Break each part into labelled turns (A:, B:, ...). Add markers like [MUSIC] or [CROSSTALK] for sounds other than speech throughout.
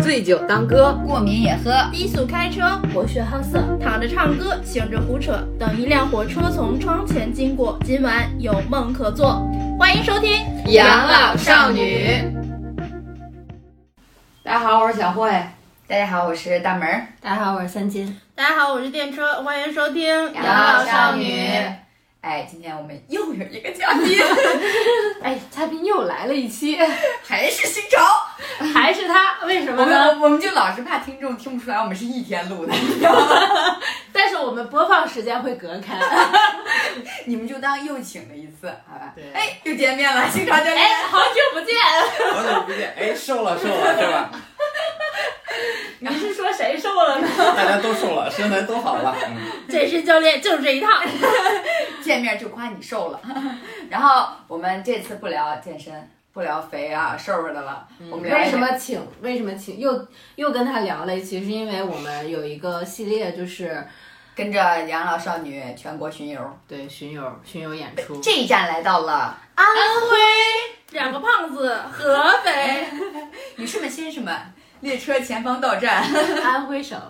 A: 醉酒当歌，
B: 过敏也喝。
C: 低速开车，博学好色，躺着唱歌，醒着胡扯。等一辆火车从窗前经过，今晚有梦可做。欢迎收听《
A: 养老少女》。
B: 大家好，我是小慧。大家好，我是大门儿。
D: 大家好，我是三金。
C: 大家好，我是电车，欢迎收听《
B: 养
C: 老
B: 老
C: 少
B: 少
C: 女
B: 女》。哎，今天我们又有一个嘉宾，
D: [LAUGHS] 哎，嘉宾又来了一期，
B: 还是新潮。
D: 还是他，为什
B: 我
D: 么
B: 们
D: 呢？
B: 我我们就老是怕听众听不出来我们是一天录的，你知道吗？
D: [LAUGHS] 但是我们播放时间会隔开。
B: [LAUGHS] 你们就当又请了一次，好吧
E: 对？
B: 哎，又见面了，新潮教练。
D: 哎，好久不见，
E: 好久不见，哎，瘦了瘦了是吧？
D: 你是说谁瘦了呢？
E: 大家都瘦了，身材都好了。嗯，
C: 健身教练就是这一套。
B: 见面就夸你瘦了。 [LAUGHS] 然后我们这次不聊健身，不聊肥啊瘦瘦的了，我们聊一
D: 为
B: 聊
D: 什么请？为什么请？又又跟他聊了一期，是因为我们有一个系列，就是
B: 跟着养老少女全国巡游？
D: 对巡游巡游演出。
B: 这一站来到了
C: 安徽两个胖子，合肥
B: 女士们、先生们，列车前方到站，
D: 安徽省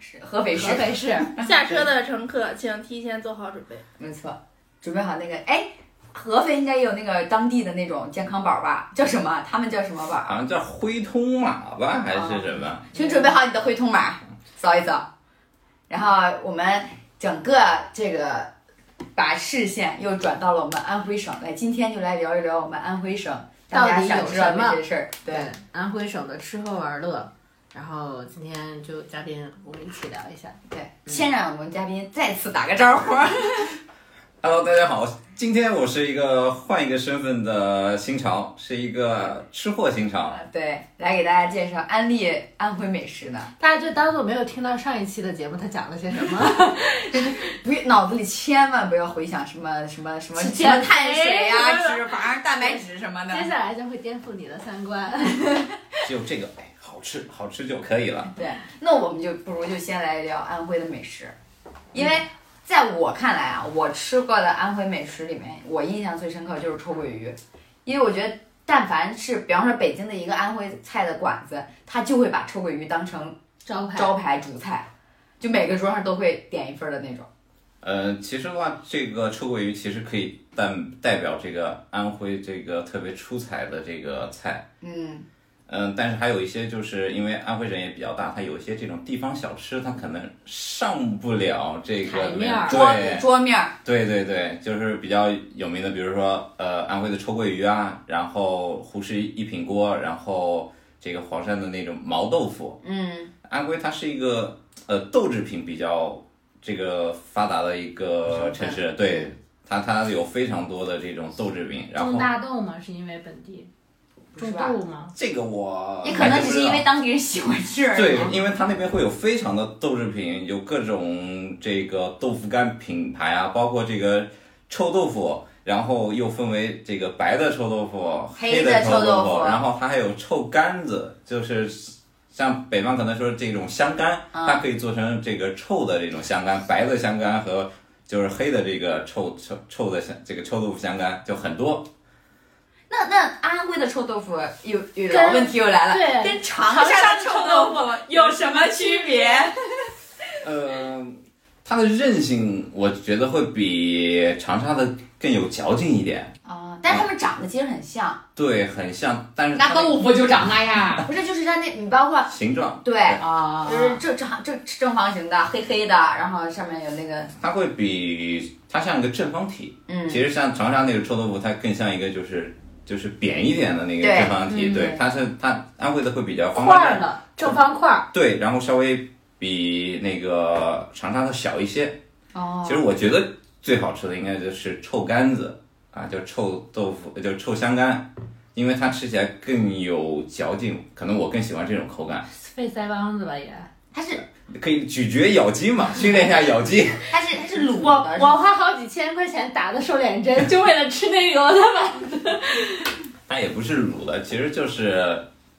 B: 是合肥市，
D: 合肥市，
C: 下车的乘客，请提前做好准备。
B: 没错。准备好那个，哎，合肥应该也有那个当地的那种健康宝吧？叫什么？他们叫什么宝？
E: 好像叫徽通马吧，还是什么？
B: 请准备好你的汇通码，扫一扫。然后我们整个这个把视线又转到了我们安徽省来，今天就来聊一聊我们安徽省
D: 到底
B: 大家想知道
D: 有什么
B: 这些事儿。 [LAUGHS] 对，
D: 安徽省的吃喝玩乐。然后今天就嘉宾我们一起聊一下。
B: 对，
D: 嗯
B: 先让我们嘉宾再次打个招呼。
E: Hello，大家好，今天我是一个换一个身份的新潮，是一个吃货新潮。
B: 对，来给大家介绍安利安徽美食呢，
D: 大家就当做没有听到上一期的节目，他讲了些什么。
B: 不脑子里千万不要回想什么什么什么
D: 吃
B: 什么
D: 减肥
B: 碳水呀、
D: 什么
B: 脂肪、蛋白质什么的。
D: 接下来将会颠覆你的三观。
E: 只有这个，哎，好吃，好吃就可以了。
B: 对，那我们就不如就先来聊安徽的美食，因为在我看来啊，我吃过的安徽美食里面，我印象最深刻就是臭鳜鱼，因为我觉得但凡是比方说北京的一个安徽菜的馆子，他就会把臭鳜鱼当成
D: 招牌
B: 招牌主菜，就每个桌上都会点一份的那种。
E: 呃，其实的话，这个臭鳜鱼其实可以代代表这个安徽这个特别出彩的这个菜。
B: 嗯，
E: 嗯，但是还有一些，就是因为安徽人也比较大，他有一些这种地方小吃，他可能上不了这
D: 台
E: 个
D: 面儿
B: 桌
E: 对
B: 桌面儿，
E: 对对对，就是比较有名的，比如说呃，安徽的臭鳜鱼啊，然后胡氏一品锅，然后这个黄山的那种毛豆腐。
B: 嗯，
E: 安徽它是一个呃豆制品比较这个发达的一个城市，
B: 嗯
E: 对它它有非常多的这种豆制品，然
D: 种
E: 后
D: 大豆吗？是因为本地
B: 不
D: 种
B: 是吧？
D: 豆吗？
E: 这个我
B: 也可能
E: 还
B: 只
E: 不
B: 是
E: 啊知
B: 因
E: 道
B: 为当地人喜欢吃而已。
E: 对，因为它那边会有非常的豆制品，有各种这个豆腐干品牌啊，包括这个臭豆腐，然后又分为这个白的臭豆腐、
B: 黑
E: 黑
B: 的
E: 臭
B: 臭
E: 腐，
B: 豆腐
E: 然后它还有臭干子，就是像北方可能说这种香干，
B: 嗯
E: 它可以做成这个臭的这种香干，白的香干和就是黑的这个臭臭臭的香这个臭豆腐香干就很多。
B: 那那安徽的臭豆腐有有
D: 跟
B: 问题又来了，
D: 对
B: 跟长沙的臭豆腐有什么区别？
E: 呃，它的韧性我觉得会比长沙的更有嚼劲一点。
B: 啊，但是它们长得其实很像，
E: 对，很像，但是它那个
D: 豆腐就长那样。
B: 不是就是它那你包括
E: 形状，
B: 对，
D: [LAUGHS] 啊，
B: 就是正正正正方形的黑黑的，然后上面有那个
E: 它会比它像一个正方体。
B: 嗯
E: 其实像长沙那个臭豆腐，它更像一个就是就是扁一点的那个
B: 对
E: 正方体。
D: 嗯
E: 对，它是它安徽的会比较方
D: 块
E: 方
D: 儿
E: 正，
D: 的正方块儿，
E: 对，然后稍微比那个长沙的小一些。
B: 哦
E: 其实我觉得最好吃的应该就是臭干子啊，叫臭豆腐，呃叫臭香干。因为它吃起来更有嚼劲，可能我更喜欢这种口感，
D: 费腮帮子吧也。
B: 它是
E: 可以咀嚼咬肌嘛，训练一下咬肌。 [LAUGHS]
B: 它是它是卤
D: 我
B: 的，
D: 我花好几千块钱打的瘦脸针，就为了吃那个，我
B: [LAUGHS]
D: 他妈
E: 它也不是卤的，其实就是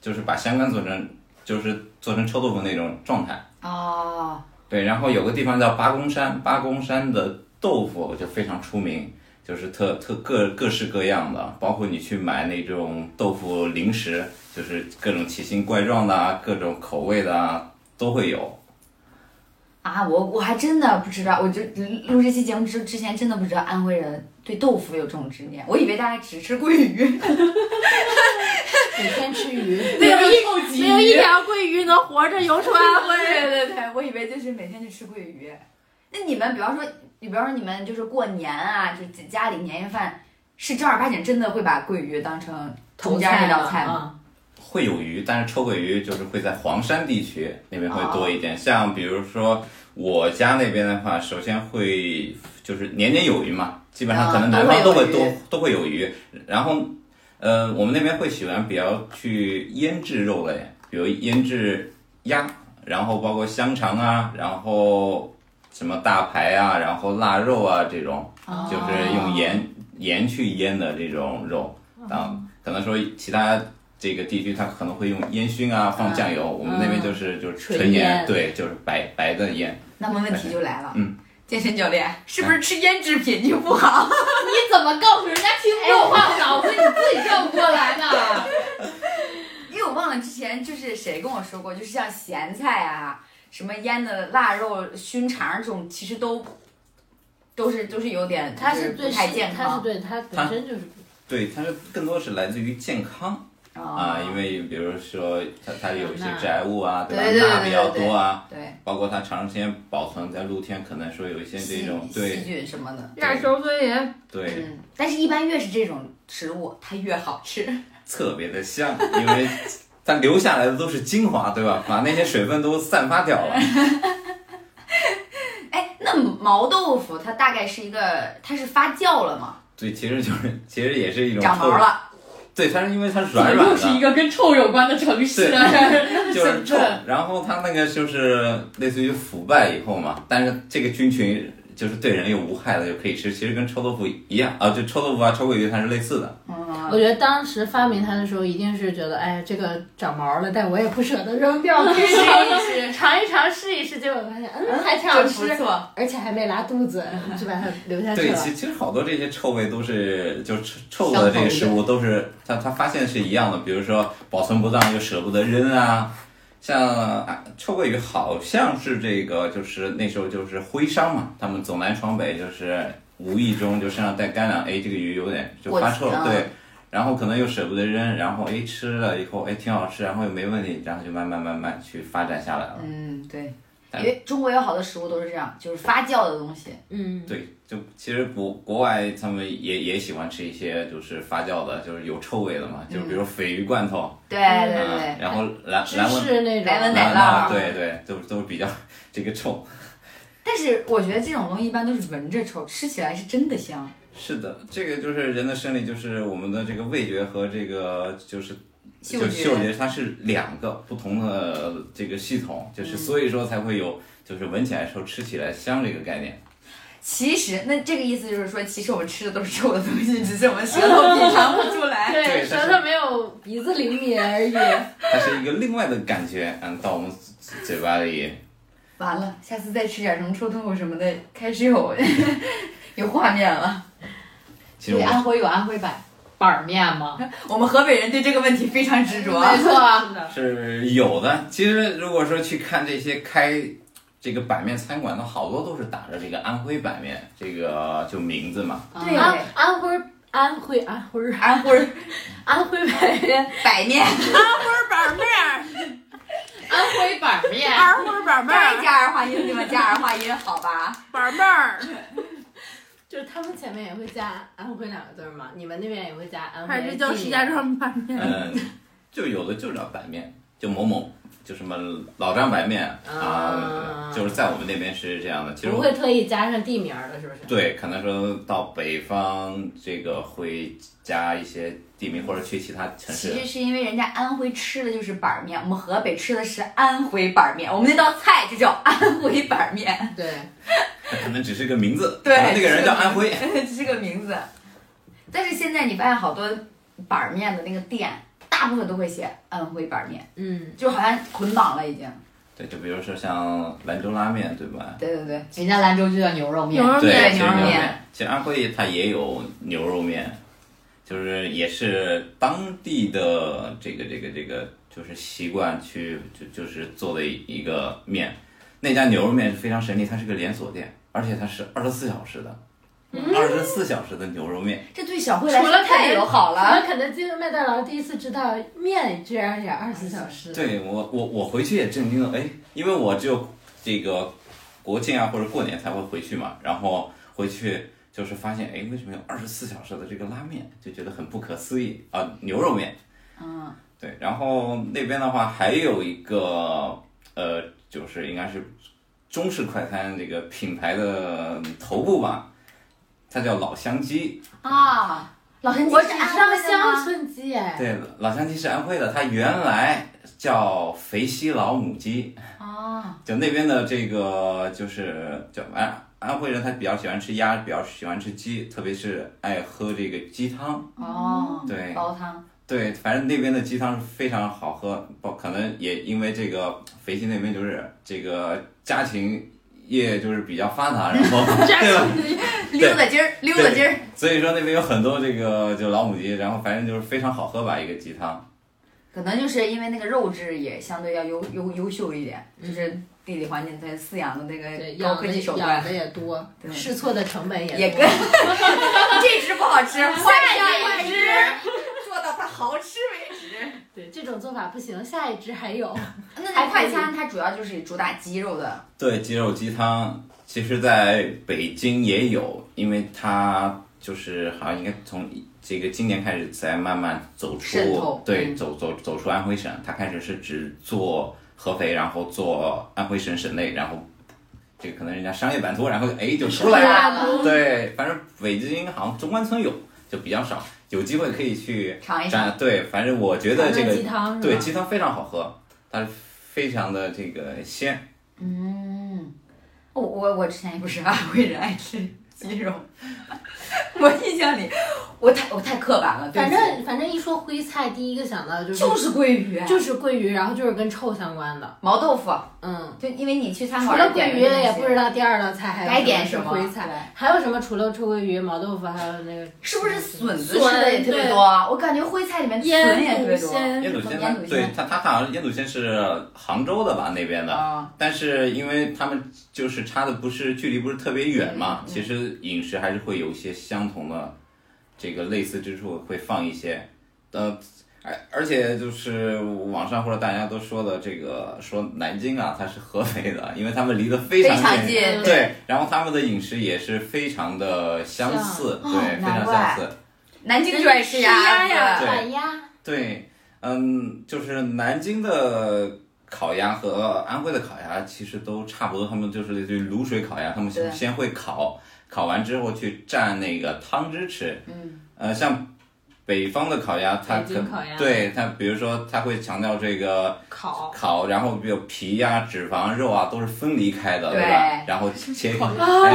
E: 就是把香干做成就是做成臭豆腐那种状态。
B: 哦，
E: 对，然后有个地方叫八公山，八公山的豆腐就非常出名。就是特特各各式各样的，包括你去买那种豆腐零食，就是各种奇形怪状的啊，各种口味的啊，都会有。
B: 啊，我我还真的不知道，我就录这期节目之之前真的不知道安徽人对豆腐有这种执念，我以为大家只吃桂鱼。 [LAUGHS]
D: 每天吃鱼，
C: 没有一
B: 臭鲫
C: 没有一
B: 鱼
C: 条桂鱼能活着游出安徽。
B: 对对 [LAUGHS] 对，我以为就是每天就吃桂鱼。那你们比方说，你比方说你们就是过年啊，就家里年夜饭是正儿八经真的会把桂鱼当成中间那道
D: 啊
B: 菜吗？
D: 吗？
E: 会有鱼，但是臭鳜鱼就是会在黄山地区那边会多一点。像比如说我家那边的话，首先会就是年年有余嘛，基本上可能
B: 啊
E: 南方
B: 都会有
E: 都会
B: 鱼
E: 多、都会有鱼。然后，呃，我们那边会喜欢比较去腌制肉类，比如腌制鸭，然后包括香肠啊，然后什么大排啊，然后腊肉啊这种。
B: 啊
E: 就是用盐盐去腌的这种肉
B: 哦
E: 啊，可能说其他这个地区它可能会用烟熏啊，放酱油，
B: 嗯
E: 我们那边就是就是纯
D: 纯
E: 盐
D: 腌，
E: 对，就是白白的腌。
D: 嗯
B: 那么问题就来了，
E: 嗯，
B: 健身教练是不是吃腌制品就不好？
A: 你怎么告诉人家听不懂
B: 哎
A: 话脑子你自己转不过来呢？
B: [LAUGHS] 因为我忘了之前就是谁跟我说过，就是像咸菜啊、什么腌的腊肉、熏肠这种，其实都都是都是有点，
D: 它
B: 就是不
D: 对
B: 太健
D: 它是
B: 康
D: 对它本身就是
E: 对，它是更多是来自于健康
B: 哦
E: 啊，因为比如说它它有一些
D: 钠
E: 致癌物啊，吧？
B: 对对对
E: 钠
B: 对
E: 比较
B: 对
E: 多啊，
B: 对
E: 包括它长时间保存在露天，可能说有一些
B: 细
E: 这种
B: 细
E: 对
B: 菌什么的。
C: 亚硝酸盐，
E: 对
B: 嗯，但是一般越是这种食物，它越好吃。
E: 特别的香，因为它留下来的都是精华，对吧？把那些水分都散发掉了。
B: 哎，那毛豆腐它大概是一个，它是发酵了吗？
E: 对，其实就是其实也是一种
B: 长毛
E: 透
B: 了，
E: 对，它是因为它软软
A: 又是一
E: 的，
A: 个跟臭有关的城市。
D: 啊
E: 就是臭
A: 省份。
E: 然后它那个就是类似于腐败以后嘛，但是这个菌群就是对人又无害的，就可以吃。其实跟臭豆腐一样啊，就臭豆腐啊、臭鳜鱼它是类似的。
B: 嗯，
D: [LAUGHS] 我觉得当时发明它的时候，一定是觉得，哎，这个长毛了，但我也不舍得扔
B: [LAUGHS]
D: 掉，可以试一试，尝一尝，试一试，结果发现，嗯，还挺好
B: 真不
D: 吃，
B: 错。
D: 而且还没拉肚子，就把它留下去
E: 对，
D: 了。
E: 其其实好多这些臭味都是就臭臭的这个食物都是它它发现是一样的，比如说保存不当又舍不得扔啊。像啊臭鳜鱼好像是这个，就是那时候就是徽商嘛，他们走南闯北，就是无意中就身上带干粮，哎，这个鱼有点就发臭
B: 过期
E: 了，
B: 了
E: 对，然后可能又舍不得扔，然后哎吃了以后哎挺好吃，然后又没问题，然后就慢慢慢慢去发展下来了。
B: 嗯，对，
E: 但
B: 因为中国有好多食物都是这样，就是发酵的东西。
D: 嗯，
E: 对，就其实国国外他们也也喜欢吃一些就是发酵的，就是有臭味的嘛，就比如鲱鱼罐头，
B: 对嗯对
E: 啊
B: 对，
E: 然后蓝
D: 芝
E: 蓝纹
D: 士那种，
B: 莱文奶
E: 蓝
B: 酪啊
E: 蓝对对，都都比较这个
B: [LAUGHS]
E: 臭。
B: 但是我觉得这种东西一般都是闻着臭，吃起来是真的香。
E: 是的，这个就是人的生理，就是我们的这个味觉和这个就是
B: 嗅
E: 就
B: 觉
E: 嗅觉，它是两个不同的这个系统，就是所以说才会有就是闻起来臭、吃起来香这个概念。
B: 其实，那这个意思就是说，其实我们吃的都是臭的东西，只是我们舌头品 [LAUGHS] 尝不出来。
E: 对
C: 对，
E: 但
C: 舌
E: 是
C: 头没有
D: 鼻子灵敏而已。
E: 它是一个另外的感觉，嗯，到我们嘴嘴巴里。
B: 完了，下次再吃点什么臭豆腐什么的，开始有 [LAUGHS] 有画面了。
E: [LAUGHS] 其实
B: 对，啊
E: 我们
B: 安徽有安徽
D: [LAUGHS]
B: 版，
A: 板面吗？
B: 我们河北人对这个问题非常
D: [LAUGHS]
B: 执着。
A: 没错，
E: 是有的。其实如果说去看这些开这个板面餐馆的，好多都是打着这个安徽板面这个就名字嘛。
B: 对
D: 安安徽安徽安徽
B: 安徽
D: 安徽白面，
B: 板面，
C: 板面，
A: 安徽板面。
C: 安徽板
B: 该加儿化音的地方加儿化音，好吧？
C: 板面，
D: [LAUGHS] 就是他们前面也会加安徽两个字儿嘛，你们那边也会加安徽。
C: 还是叫石家庄板面。
E: 嗯，就有的就叫板面，就某某，就什么老张板面啊
D: 啊，
E: 就是在我们那边是这样的。其实
D: 不会特意加上地名儿的，是不是？
E: 对，可能说到北方这个会加一些地名，或者去其他城市
B: 其。实是因为人家安徽吃的就是板面，我们河北吃的是安徽板面，我们那道菜就叫安徽板面，
D: 对，
E: 它可能只是个名字，
B: 对
E: 可能那个人叫
B: 是个
E: 安徽。
B: [LAUGHS] 这是个名字。但是现在你发现好多板面的那个店，大部分都会写安徽板面，
D: 嗯，
B: 就好像捆绑了已经。
E: 对，就比如说像兰州拉面，对吧？
B: 对对对，
F: 人家兰州就叫牛肉面
C: 牛，肉
E: 对，
C: 面
E: 其
B: 牛
E: 实
B: 肉
E: 牛肉
B: 面
E: 面，其实安徽它也有牛肉面，就是也是当地的这个这个这个就是习惯去就就是做的一个面。那家牛肉面是非常神秘，它是个连锁店，而且它是二十四小时的，二十四小时的牛肉面。
B: 这对小慧来
D: 除
B: 说
D: 了
B: 太
D: 肯
B: 友好
D: 除
B: 了。
D: 了肯德基和麦当劳，第一次知道面居然也二十四小时。
E: 对我我我回去也震惊了，哎，因为我只有这个国庆啊或者过年才会回去嘛，然后回去就是发现，哎，为什么有二十四小时的这个拉面，就觉得很不可思议啊，牛肉面。
B: 嗯，
E: 对，然后那边的话还有一个呃，就是应该是中式快餐这个品牌的头部吧，它叫老乡鸡。
B: 啊，老陈，
D: 我只知道乡
B: 香
D: 村鸡哎，
E: 对，老乡鸡是安徽的，它原来叫肥西老母鸡。
B: 啊，
E: 就那边的这个就是叫安安徽人，他比较喜欢吃鸭，比较喜欢吃鸡，特别是爱喝这个鸡汤。
B: 哦，
E: 对
B: 煲汤，
E: 对，反正那边的鸡汤是非常好喝，不可能也因为这个肥西那边就是这个家庭业就是比较发达，然后对吧？
B: 溜达鸡儿，溜达鸡儿，
E: 所以说那边有很多这个就老母鸡，然后反正就是非常好喝吧一个鸡汤。
B: 可能就是因为那个肉质也相对要优优优秀一点，就是地理环境它饲养的那
D: 对，
B: 个高
D: 养
B: 科
D: 的
B: 技手
D: 养
B: 段
D: 的也多
E: [LAUGHS]
B: 对，
D: 试错的成本也
B: 也
D: 多
B: 跟。 [LAUGHS] 这只不好吃，换下
D: [LAUGHS] 一
B: 一
D: 只
B: 只，做到它好吃为止。
D: 对，这种做法不行，下一只还
E: [LAUGHS]
D: 有。
B: 那
D: 还
B: 那
D: 可以
B: 快餐它主要就是主打鸡肉的，
E: 对，鸡肉鸡汤，其实在北京也有，因为它就是好像应该从这个今年开始才慢慢走
B: 渗
E: 出
B: 透，
E: 对，
B: 嗯
E: 走走走出安徽省，它开始是只做合肥，然后做安徽省省内，然后这个可能人家商业版图，然后哎就出来了。
B: 了，
E: 对，反正北京好像中关村有，就比较少，有机会可以去
B: 尝一尝。
E: 沾。对，反正我觉得这
D: 鸡
E: 个
D: 汤是吧
E: 对鸡汤非常好喝，它非常的这个鲜。
B: 嗯，我我 [LAUGHS] 我之前也不是安徽人，爱吃鸡肉。 [LAUGHS] 我印象里，我太我太刻板了，对
D: 反
B: 不起
D: 正反正一说徽菜，第一个想到就是
B: 就是鲑鱼，啊
D: 就是桂鱼，然后就是跟臭相关的，
B: 毛豆腐，
D: 嗯。
B: 就因为你去餐
D: 除
B: 馆
D: 了桂鱼，也不知
B: 道
D: 道第二道菜还有
B: 该点
D: 什
B: 什
D: 么
B: 么
D: 徽菜，还有什么？除了臭鳜鱼、毛豆腐，还有那个
B: 是不是嗯笋子
D: 笋
B: 吃的也特别
D: 对
B: 多啊？我感觉徽菜里面笋也特别多。
C: 腌
B: [LAUGHS]
E: 腌笃鲜
B: 腌
E: 它
B: 笃鲜
E: 对它它好像腌笃鲜是杭州的吧那边的，
B: 啊，
E: 但是因为他们就是差的不是距离不是特别远嘛，其实饮食还是会有一些相同的这个类似之处，会放一些，呃。而而且就是网上或者大家都说的这个，说南京啊，它是合肥的，因为他们离得非
B: 非
E: 常
B: 常近，
D: 对
E: 对，然后他们的饮食也是非常的相似，
B: 像哦
E: 对，非
B: 难
E: 常
B: 怪
E: 相似，
B: 南京就爱吃鸭子，
D: 呀，
E: 对
D: 板鸭，
E: 对，嗯，就是南京的烤鸭和安徽的烤鸭其实都差不多，他们就是类似于卤水烤鸭，他们
B: 对
E: 先先会烤，烤完之后去蘸那个汤汁吃，
B: 嗯，
E: 呃，像。北方的烤鸭，它
D: 北
E: 可
D: 京烤鸭
E: 对它，比如说它会强调这个
D: 烤
E: 烤，然后比如皮呀、脂肪、肉啊都是分离开的，
B: 对啊
E: 吧？然
B: [LAUGHS]
E: 后切
B: 烤
E: 哎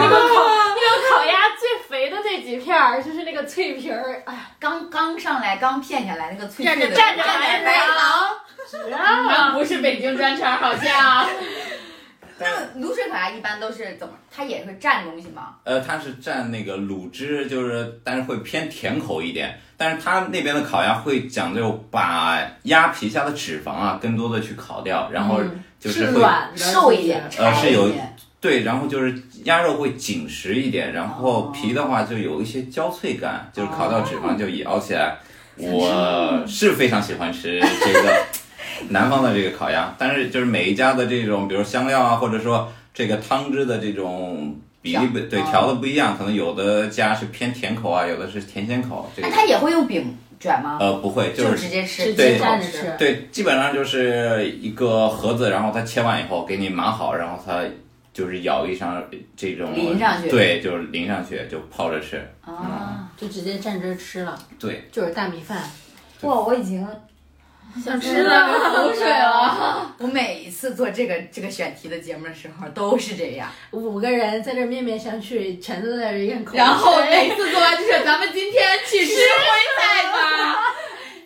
D: 烤鸭最肥的那几片儿，啊就是那个脆皮儿，哎，
B: 刚刚上来刚片下来那个脆脆的，
A: 蘸着
B: 白
A: 白
B: 糖。
A: 你们不是北京专场，好像。
B: 那卤水烤鸭一般都是怎么？它也会蘸东西吗？
E: 呃，它是蘸那个卤汁，就是但是会偏甜口一点。但是它那边的烤鸭会讲究把鸭皮下的脂肪啊，更多的去烤掉，然后就是会、
D: 软的，
B: 瘦一点，
E: 呃
B: 柴
E: 是有
B: 一点
E: 对，然后就是鸭肉会紧实一点，然后
B: 哦
E: 皮的话就有一些焦脆感，就是烤掉脂肪就咬起来。
B: 哦
E: 我是非常喜欢吃这个 [LAUGHS] 南方的这个烤鸭，但是就是每一家的这种，比如香料啊，或者说这个汤汁的这种比例不对
B: 调
E: 调的不一样，可能有的家是偏甜口啊，有的是甜咸口。这个
B: 那它也会用饼卷吗？
E: 呃不会，
B: 就是直接吃，
D: 直
E: 对
D: 接
B: 好
D: 蘸着
B: 吃。
A: 啊
D: 吃。
E: 对，基本上就是一个盒子，然后它切完以后给你码好，然后它就是舀一上这种
B: 淋上去
E: 对，就是淋上去就泡着吃。嗯
B: 啊，
D: 就直接蘸汁吃了，
E: 对，
D: 就是大米饭。
B: 哇！我已经，
C: 想
A: 吃了流口水了，
B: 我每一次做这个这个选题的节目的时候都是这样，
D: 五个人在这面面相觑，全都在这咽口水。
A: [LAUGHS] 然
D: [LAUGHS]
A: 后每次做完就是咱们今天去吃徽菜吧。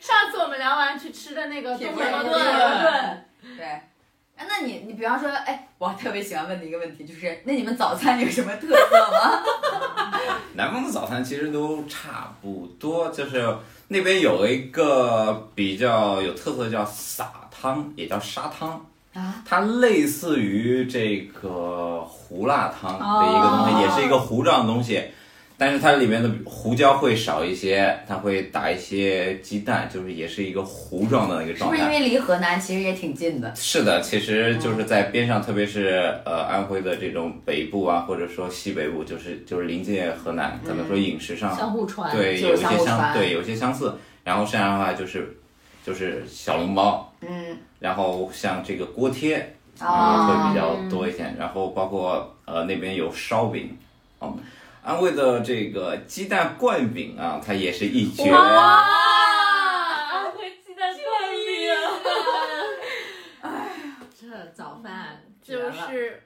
D: 上次我们聊完去吃的那个
B: 铁
D: 东
B: 锅
D: 北
B: 炖
D: 炖，
B: 对。啊那你你比方说，哎，我特别喜欢问的一个问题就是，那你们早餐有什么特色
E: [LAUGHS]
B: 吗？
E: 南方的早餐其实都差不多，就是那边有一个比较有特色叫撒汤，也叫沙汤。
B: 啊，
E: 它类似于这个胡辣汤的一个东西，
D: 哦
E: 也是一个糊状的东西，但是它里面的胡椒会少一些，它会打一些鸡蛋，就是也是一个糊状的一个
B: 是
E: 状
B: 不是因
E: 态。
B: 为离河南其实也挺近的？
E: 是的，其实就是在边上，特别是呃安徽的这种北部啊，或者说西北部，就是就是临近河南，咱们说饮食上
D: 相互传。
E: 对，
B: 就
E: 有一
B: 是相
E: 些
B: 互
E: 相
B: 传
E: 对有一些相似。然后剩下的话就是就是小笼包，
B: 嗯
E: 然后像这个锅贴啊、会
B: 啊
E: 比，较多一些。然后包括呃那边有烧饼，嗯，安徽的这个鸡蛋灌饼啊，它也是一绝。
D: 啊，
A: 徽鸡蛋灌饼，
D: 这早饭绝
C: 就
D: 了，
C: 是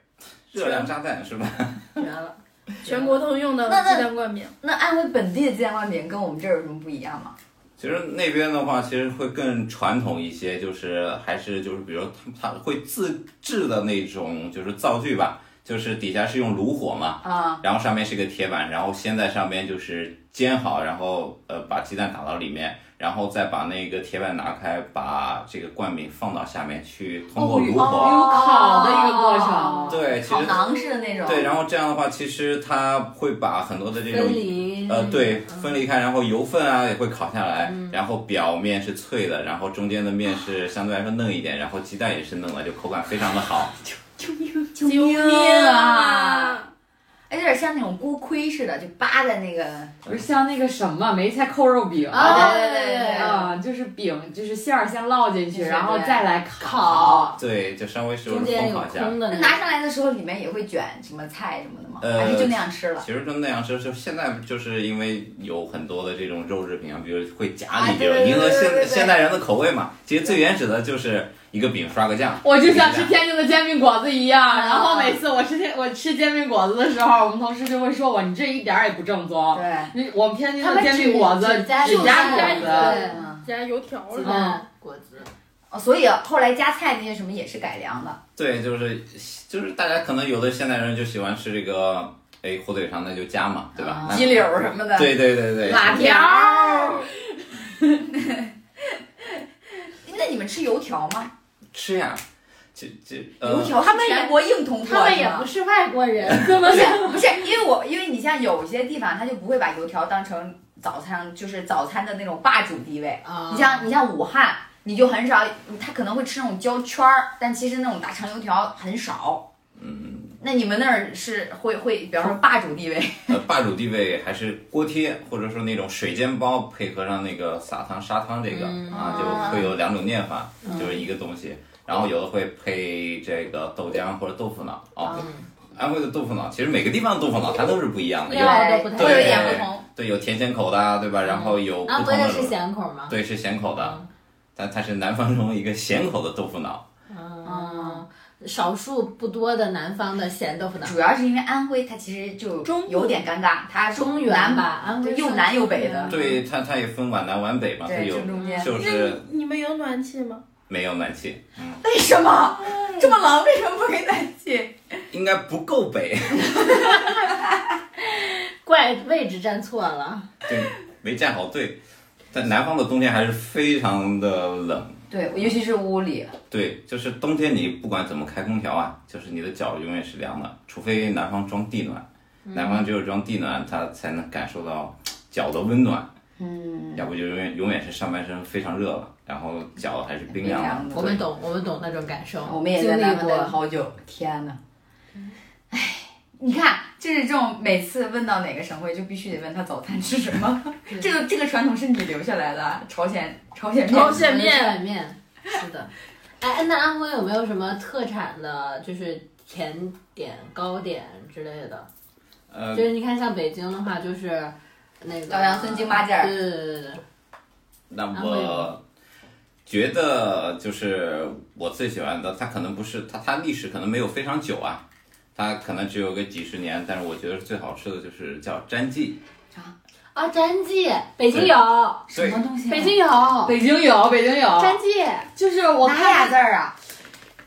E: 热量炸弹是吧？ [LAUGHS]
D: 绝 [LAUGHS] 了。
C: 全国通用的
B: 那那
C: 鸡蛋灌饼。
B: 那安徽本地的鸡蛋灌饼跟我们这儿有什么不一样吗？
E: 其实那边的话，其实会更传统一些，就是还是就是，比如他他会自制的那种就是灶具吧，就是底下是用炉火嘛，
B: 啊，
E: 然后上面是个铁板，然后先在上面就是煎好，然后呃把鸡蛋打到里面，然后再把那个铁板拿开，把这个灌饼放到下面去，通过炉火。
D: 哦有烤的一个过程
E: 对，其
B: 烤
E: 实
B: 馕似的那种。
E: 对，然后这样的话，其实它会把很多的这种
D: 分离。嗯
E: 呃，对，分离开，然后油分啊也会烤下来，然后表面是脆的，然后中间的面是相对来说嫩一点，然后鸡蛋也是嫩的，就口感非常的好。
B: 救命啊！！哎，有点像那种锅盔似的，就扒在那个
F: 不是像那个什么梅菜扣肉饼
B: 啊对对对对
F: 啊就是饼就是馅儿先烙进去，
B: 对对
F: 然后再来烤。
D: 烤，
E: 对，就稍微是
D: 中间
E: 疯
D: 有
E: 烤一下。
D: 空的那
B: 拿上来的时候，里面也会卷什么菜什么的吗？
E: 呃
B: 还是就那样吃了？
E: 其实就那样吃，就现在就是因为有很多的这种肉制品啊，比如会夹
B: 啊
E: 里
B: 对
E: 边儿，
B: 对
E: 迎合
B: 对对对
E: 现
B: 对
E: 现代人的口味嘛。其实最原始的就是一个饼刷个酱，
F: 我就像吃
E: 一个
F: 天津的煎饼果子一
B: 嗯
F: 样，然后每次我吃天我吃煎饼果子的时候，我们同事就会说我你这一点儿也不正宗。
B: 对，
F: 你我们天津的煎饼果子
D: 他们只加
F: 哦只
C: 就
F: 加
C: 加
F: 果
D: 对
F: 子，
B: 嗯，
C: 加油条
D: 鸡
C: 了，
D: 蛋果子，
B: 哦，所以后来加菜那些什么也是改良的。
E: 对，就是就是大家可能有的现代人就喜欢吃这个，哎，火腿肠那就加嘛，对吧？那
B: 啊鸡柳什么的，
E: 对对对对，
B: 辣条
F: 条。
B: [LAUGHS] 那你们吃油条吗？
E: 吃呀，这这呃
B: 油，条是
D: 他们也
B: 全国硬通
D: 他
B: 过
D: 们
B: 是
D: 也
B: 吗 [LAUGHS]
D: 不？是外国人，怎么
B: 不是不是，因为我因为你像有些地方他就不会把油条当成早餐，就是早餐的那种霸主地位。
D: [LAUGHS] 啊
B: 你像你像武汉，你就很少，他可能会吃那种焦圈儿，但其实那种大肠油条很少。
E: 嗯，
B: 那你们那儿是会会，比方说霸主地位，
E: 呃，霸主地位还是锅贴，或者说那种水煎包，配合上那个撒糖砂汤这个、
D: 嗯
E: 啊，就会有两种念法，就是一个东西。然后有的会配这个豆浆或者豆腐脑啊，
D: 嗯
E: 安徽的豆腐脑其实每个地方的豆腐脑它都是不一样的，有
D: 料儿都不太
B: 会有
E: 一
B: 点
E: 样
B: 不同。
E: 对有甜咸口的啊，对吧？然后有不
D: 安
E: 同
D: 徽
E: 的
D: 的
E: 种
D: 是咸口吗？
E: 对是咸口的，
D: 嗯
E: 但它是南方中一个咸口的豆腐脑。
D: 嗯，少数不多的南方的咸豆腐脑，
B: 主要是因为安徽，它其实就
C: 中部
B: 有点尴尬，它是
D: 中
B: 南
D: 原吧，嗯安徽
B: 对
D: 算
B: 又南又北的
D: 嗯
E: 对它它也分皖南皖北嘛，它
B: 对，
E: 啊有
B: 正中间。
E: 就
C: 那
E: 是
C: 你你们有暖气吗？
E: 没有暖气，嗯，
B: 为什么这么冷？为什么不给暖气？
E: 应该不够北，
D: 怪位置站错了。
E: [LAUGHS] 对，没站好队。但南方的冬天还是非常的冷，
B: 对，尤其是屋里，
E: 对，就是冬天你不管怎么开空调啊，就是你的脚永远是凉的，除非南方装地暖，南方只有装地暖，它才能感受到脚的温暖，嗯，要不就永远永远是上半身非常热了，然后脚还是冰凉
B: 冰
E: 的。
B: 凉的
D: 我们懂，我们懂那种感受，
B: 我们也
D: 经
B: 在
D: 历
B: 南方待了
D: 过。
B: 好久。天哪！哎，你看，就是这种每次问到哪个省会，就必须得问他早餐吃什么。这个这个传统是你留下来的啊，朝鲜朝鲜面。
C: 朝鲜
D: 朝
C: 面，
D: 鲜面，是的。 [LAUGHS] 哎，那安徽有没有什么特产的，就是甜点、糕点之类的？
E: 呃
D: 就，是你看，像北京的话，就是那个
B: 老杨村京八件儿
D: 对对对对对，
E: 那
D: 安徽吗
E: 我觉得就是我最喜欢的，它可能不是它，它历史可能没有非常久啊，它可能只有个几十年，但是我觉得最好吃的就是叫詹记，
D: 啊，詹记，北京有，
B: 什
E: 对
B: 么东西啊？
D: 北京有，
F: 北京有，北京有，
D: 詹记，
F: 就是我
B: 哪俩
F: 看
B: 字儿啊？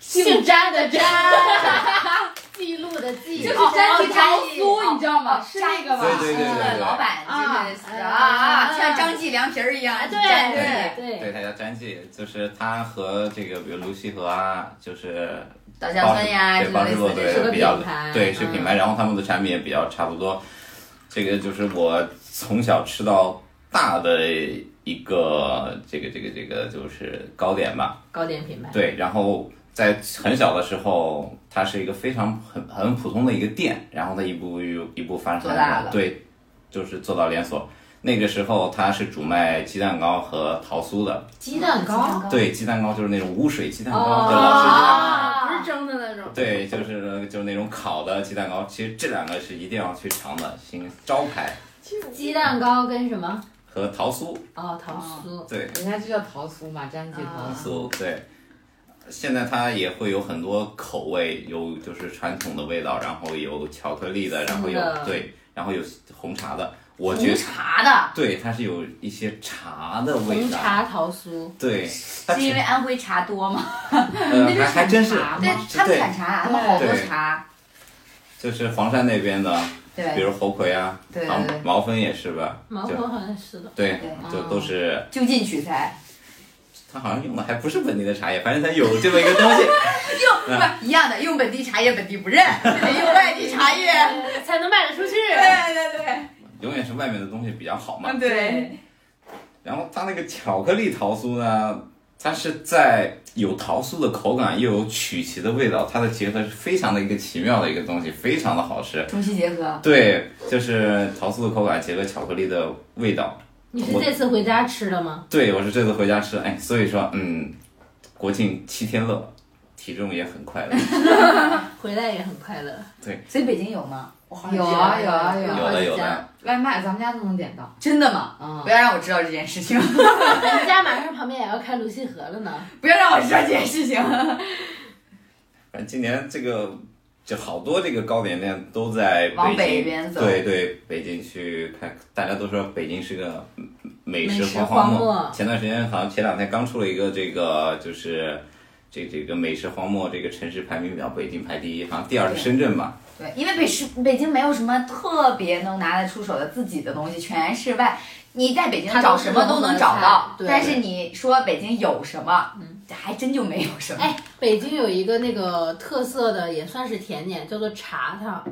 F: 姓詹的詹，
D: 记录的记，
A: 就是
B: 哦
A: 詹
B: 哦
A: 记
B: 詹
A: 詹
B: 记
F: 苏，你知道吗？
B: 哦
F: 是那个吧？
E: 对对对
B: 是的老板就是啊啊，像张记凉皮儿一样，
D: 哎
B: 沾着
D: 对对
B: 你
E: 对，他叫詹记，就是他和这个比如卢西河啊，就是
B: 稻香村呀，
E: 对，
B: 什么
E: 帮
B: 类
E: 师傅
B: 似这
D: 是
E: 对
D: 个
B: 种。
E: 比较
D: 品牌
E: 对
B: 嗯
E: 是品牌，然后他们的产品也比较差不多。这个就是我从小吃到大的一个这个这个这个就是糕点吧，
D: 糕点品牌，
E: 对，然后在很小的时候，它是一个非常很很普通的一个店，然后它一步一步一步发展
B: 做大了
E: 对，就是做到连锁。那个时候它是主卖鸡蛋糕和桃酥的，
D: 鸡蛋糕，
B: 哦
E: 对，鸡蛋糕就是那种无水鸡蛋糕，
D: 哦
E: 对老师知道吗
C: 不是蒸的那种。
E: 对，就是就是那种烤的鸡蛋糕，其实这两个是一定要去尝的，新招牌
D: 嗯鸡蛋糕跟什么？
E: 和桃酥，
D: 哦，桃酥，
E: 对，
F: 人家就叫桃酥嘛，詹记桃酥。
E: 酥对。现在它也会有很多口味，有就是传统的味道，然后有巧克力的，然后有
D: 是的
E: 对，然后有红茶的。我觉
B: 红
E: 得
B: 茶的，
E: 对，它是有一些茶的味
D: 红
E: 道。
D: 茶桃酥，
E: 对，它
B: 是因为安徽茶多吗？
E: 呃还还真是，
B: 对，他们
E: 对
B: 产茶，他们好多
E: 对
B: 茶，
E: 就是黄山那边的，
B: 对
E: 比如猴魁啊，
B: 对对
E: 然后
B: 对
E: 毛峰也是吧，
D: 芒
E: 就
D: 果好像是的，
E: 对
B: 对，哦
E: 就都是
B: 就近取材，
E: 它好像用的还不是本地的茶叶，反正它有这么一个东西。 [LAUGHS]
B: 用不是一样的，用本地茶叶本地不认，得用外地茶叶。
D: [LAUGHS] 呃才能卖得出去。
B: 对对对，
E: 永远是外面的东西比较好嘛。
B: 嗯对，
E: 然后它那个巧克力桃酥呢，它是在有桃酥的口感，又有曲奇的味道，它的结合是非常的一个奇妙的一个东西，非常的好吃。
B: 中西结合。
E: 对，就是桃酥的口感结合巧克力的味道。
D: 你是这次回家吃的吗？
E: 对我是这次回家吃，哎，所以说，嗯，国庆七天乐，体重也很快乐。
D: 回来也很快乐，
B: 所以北京有吗？
F: 有啊有啊有
E: 有
F: 啊！
E: 的有的，
F: 外卖咱们家都能点到。
B: 真的吗？
F: 嗯
B: 不要让我知道这件事情， [LAUGHS]
D: 咱们家马上旁边也要开泸溪河了呢。
B: 不要让我知道这件事情。
E: 反正今年这个就好多这个糕点店都在
B: 往
E: 北
B: 北
E: 京
B: 边走
E: 对对，北京去看，大家都说北京是个嗯美
D: 美食
E: 食
D: 荒
E: 荒
D: 漠
E: 前段时间好像前两天刚出了一个这个就是。这这个美食荒漠这个城市排名表，北京排第一，好像第二是深圳吧？
B: 对，因为北市北京没有什么特别能拿得出手的自己的东西，全是外。你在北京
D: 它
B: 找
D: 都是
B: 什么都能找到
D: 龙门菜，对
B: 但是你说北京有什么，还真就没有什 [LAUGHS] 么。
D: 哎，北京有一个那个特色的，也算是甜点，叫做茶汤。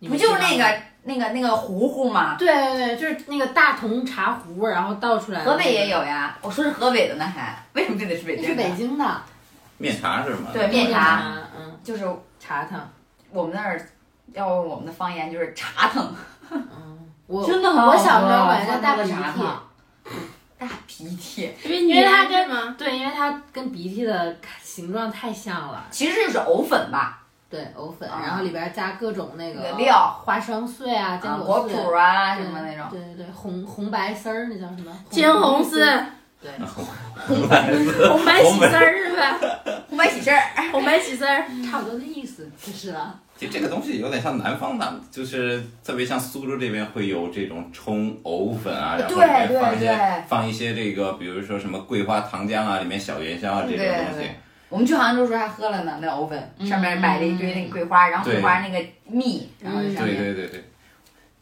D: 你
B: 不
D: 们
B: 就是
D: 知道
B: 那
D: 吗？
B: 个那个那个糊糊吗？
D: 对对对，就是那个大铜茶壶，然后倒出来的那
B: 河
D: 个。
B: 北也有呀，我说是河北的呢，还为什么非得是北
D: 那
B: 京？
D: 是北，京的
E: 面茶是吗？
B: 对面茶，
D: 嗯，
B: 就是
D: 茶汤。
B: 我们那儿，要用我们的方言就是茶疼
D: 嗯我
F: 真的很好
D: 我
F: 喝
D: 小时候管它叫大
F: 我
D: 鼻
F: 喝过茶
D: 涕，
F: 汤
B: 大鼻涕，
C: 因为
D: 因为它
C: 黏
D: 跟
C: 是吗？
D: 对，因为它跟鼻涕的形状太像了。
B: 其实就是藕粉吧，
D: 对，藕粉，
B: 啊
D: 然后里边加各种那
B: 那
D: 个
B: 个料
D: 花生碎啊，坚
B: 啊
D: 果
B: 果
D: 碎
B: 脯啊
D: 对
B: 什么那种。
D: 对对对，红红白丝儿，那叫什么？
C: 金红丝、
E: [LAUGHS]
C: 红白喜丝儿是吧？
B: 红白喜事儿，
C: 红白喜丝儿，
D: 差不多的意思，就是了。
E: 其实这个东西有点像南方的，就是特别像苏州这边会有这种冲藕粉啊，然后里面
B: 呃对
E: 放一
B: 对对
E: 些放一些这个，比如说什么桂花糖浆啊，里面小元宵啊这种
B: 对
E: 东西
B: 对。我们去杭州的时候还喝了呢，那藕粉上面摆了一堆那个桂花，然后桂花那个蜜，然后上
E: 对
B: 面。
E: 对对对，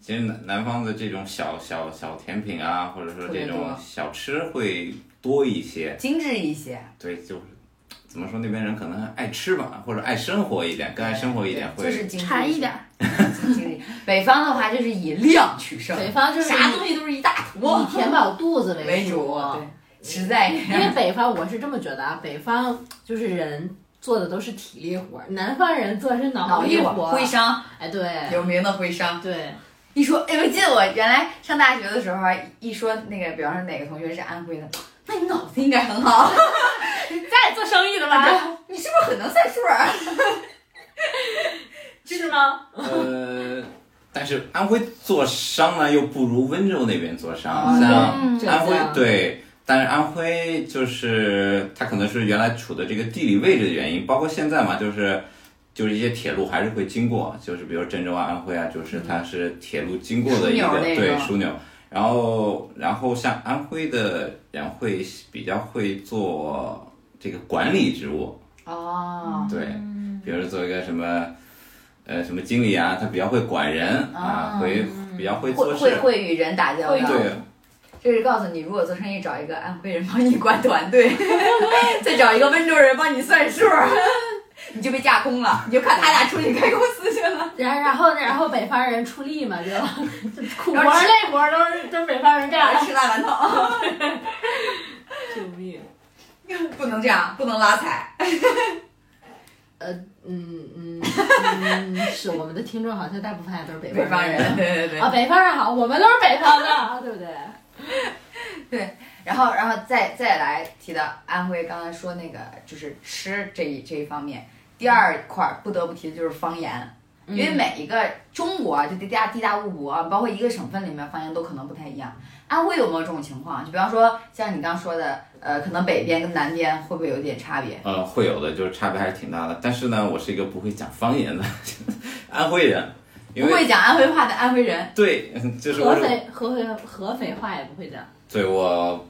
E: 其实南南方的这种小小小甜品啊，或者说
B: 特别
E: 这
B: 多
E: 种小吃会多一些。
B: 精致一些，
E: 对，就是怎么说那边人可能爱吃吧，或者爱生活一点，更爱生活一点
B: 对就是
E: 会。
B: 精致
C: 馋一点儿。
B: [LAUGHS] 精致一点。北方的话就是以量取胜，
D: 北方就是
B: 啥
D: 以
B: 东西都是一大坨
D: 以填饱肚子
B: 为
D: 主
B: 主，，对，实在一
D: 因
B: 点
D: 为北方我是这么觉得啊，北方就是人做的都是体力活儿，南方人做的是 [LAUGHS] 脑
B: 脑力
D: 活
B: 活，
D: 儿。
B: 徽商
D: 哎，对
B: 有名的徽商。
D: 对，
B: 一说，哎，我记得我原来上大学的时候，啊一说那个，比方说哪个同学是安徽的，那你脑子应该很好， [LAUGHS] 啊
C: 咱也做生意的吧？
B: 你是不是很能算数啊？
D: 是吗？
E: [LAUGHS] 呃，但是安徽做商呢，又不如温州那边做商，
B: 嗯
E: 像。
C: 嗯
D: 浙
E: 安徽
B: 啊
D: 江
E: 对，但是安徽就是它可能是原来处的这个地理位置的原因，包括现在嘛，就是就是一些铁路还是会经过，就是比如郑州啊、安徽啊，就是它是铁路经过的一个、
B: 枢纽那
E: 对
B: 种
E: 枢纽。然后，然后像安徽的人会比较会做这个管理职务，
B: 哦，
E: 对，比如说做一个什么，呃，什么经理啊，他比较会管人啊，
B: 啊
E: 会比较会做
B: 会会
E: 事，
B: 会与人打交道。
E: 对，
B: 这是告诉你，如果做生意找一个安徽人帮你管团队， [LAUGHS] 再找一个温州人帮你算数， [LAUGHS] 你就被架空了，你就看他俩出去开公司去了。
D: 然然后然后北方人出力嘛，就就苦活
B: 然后吃
D: 累活都是都是北方人干。
B: [LAUGHS]
C: 啊
B: 吃大馒头，
F: [LAUGHS] 救命！
B: 不能这样，不能拉踩。
D: 嗯嗯嗯，是我们的听众好像大部分还都是北
B: 北方人，对对对
D: 啊，北方人好，我们都是北方的，对不对？
B: 然后，然后再再来提到安徽，刚才说那个就是吃这一这一方面。第二块儿不得不提的就是方言，因
D: 嗯
B: 为每一个中国啊，就地大地大物博啊，包括一个省份里面方言都可能不太一样。安徽有没有这种情况？就比方说像你刚说的，呃，可能北边跟南边会不会有点差别？
E: 呃，会有的，就是差别还是挺大的。但是呢，我是一个不会讲方言的安徽人，因
B: 不
E: 为
B: 会讲安徽话的安徽人，
E: 对，就是我
D: 合
E: 是
D: 肥合肥合肥话也不会讲，
E: 对我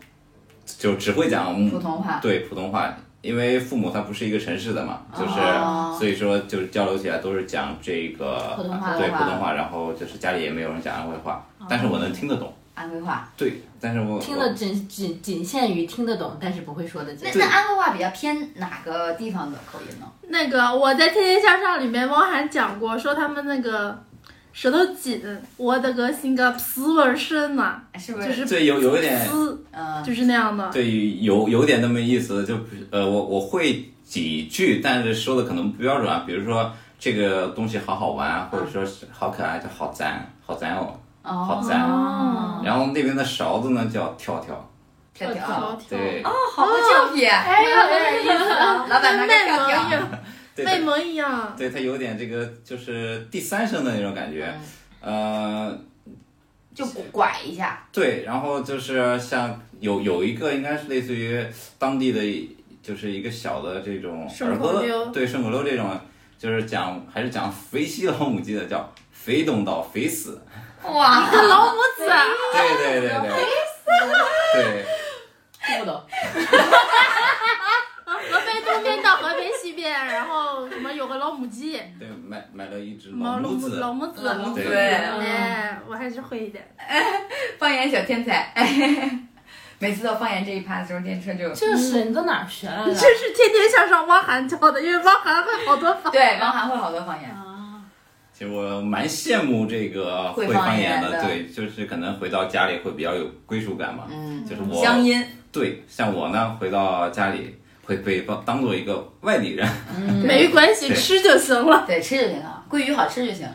E: 就只会讲
B: 普通话
E: 对普通话，因为父母他不是一个城市的嘛，就是、
B: 哦
E: 所以说就是交流起来都是讲这个
D: 普通话
E: 对
B: 普
E: 普
B: 通话
E: 通话，然后就是家里也没有人讲安徽话，但是我能听得懂，
B: 安徽话。
E: 对，但是我
D: 听得仅仅仅限于听得懂，但是不会说的
B: 那
D: 讲。
B: 那安徽话比较偏哪个地方的口音呢？
C: 那个我在《天天向上》里面，汪涵讲过，说他们那个舌头紧，我的个心个皮纹深呐、
B: 是不？
C: 就是是
E: 对有有一点
C: 呲，
B: 嗯，
C: 就是那样的。
E: 对，有有点那么意思，就不是呃，我我会几句，但是说的可能不标准啊。比如说这个东西好好玩啊，或者说是好可爱，就好赞，好赞哦，好
B: 哦，
E: 赞。
D: 哦，
E: 然后那边的勺子呢叫跳跳，
B: 跳跳，
C: 条
B: 哦，
C: 条
E: 对，
B: 好不教皮，啊
D: 哎呀，有点意思啊。
B: [LAUGHS] 老板拿
C: 跟
B: 个
C: 内
B: 跳
C: 蒙一
B: 跳。
C: 样，
E: 对
C: 内
E: 它
C: 蒙一样。
E: 对它有点这个就是第三声的那种感觉，
B: 嗯
E: 呃，
B: 就拐一下，
E: 对，然后就是像有有一个应该是类似于当地的一，就是一个小的这种
C: 顺
E: 儿
C: 口
E: 歌
C: 溜，
E: 对顺口溜这种，就是讲还是讲肥西老母鸡的，叫肥东到肥死，
B: 哇，
C: 这老母子啊，
E: 对对对对，对，
F: 听不懂，
C: 河北东边到河北西边，然后什么有个老母鸡，
E: 对买买了一只
C: 什么
E: 老
C: 老
E: 母
C: 母
E: 子，
C: 老母子，
F: 老母
E: 对
B: 对，
C: 哎，我还是会一点。
B: 方言小天才，哎每次到方言这一趴的时候，电车就
D: 这是你都哪儿学来
C: 这
D: 的？
C: 是天天向上汪涵教的，因为汪涵会好多方。
B: 对，王涵会好多方言，
D: 啊，
E: 其实我蛮羡慕这个
B: 会
E: 会
B: 方
E: 方
B: 言
E: 言的，
B: 的
E: 对，就是可能回到家里会比较有归属感嘛，
B: 嗯，
E: 就是我
B: 乡音，
E: 对，像我呢，回到家里会被当当做一个外地人，
C: 没关系，
E: 对
C: 吃就行了。
B: 对，吃就行了，桂鱼好吃就行。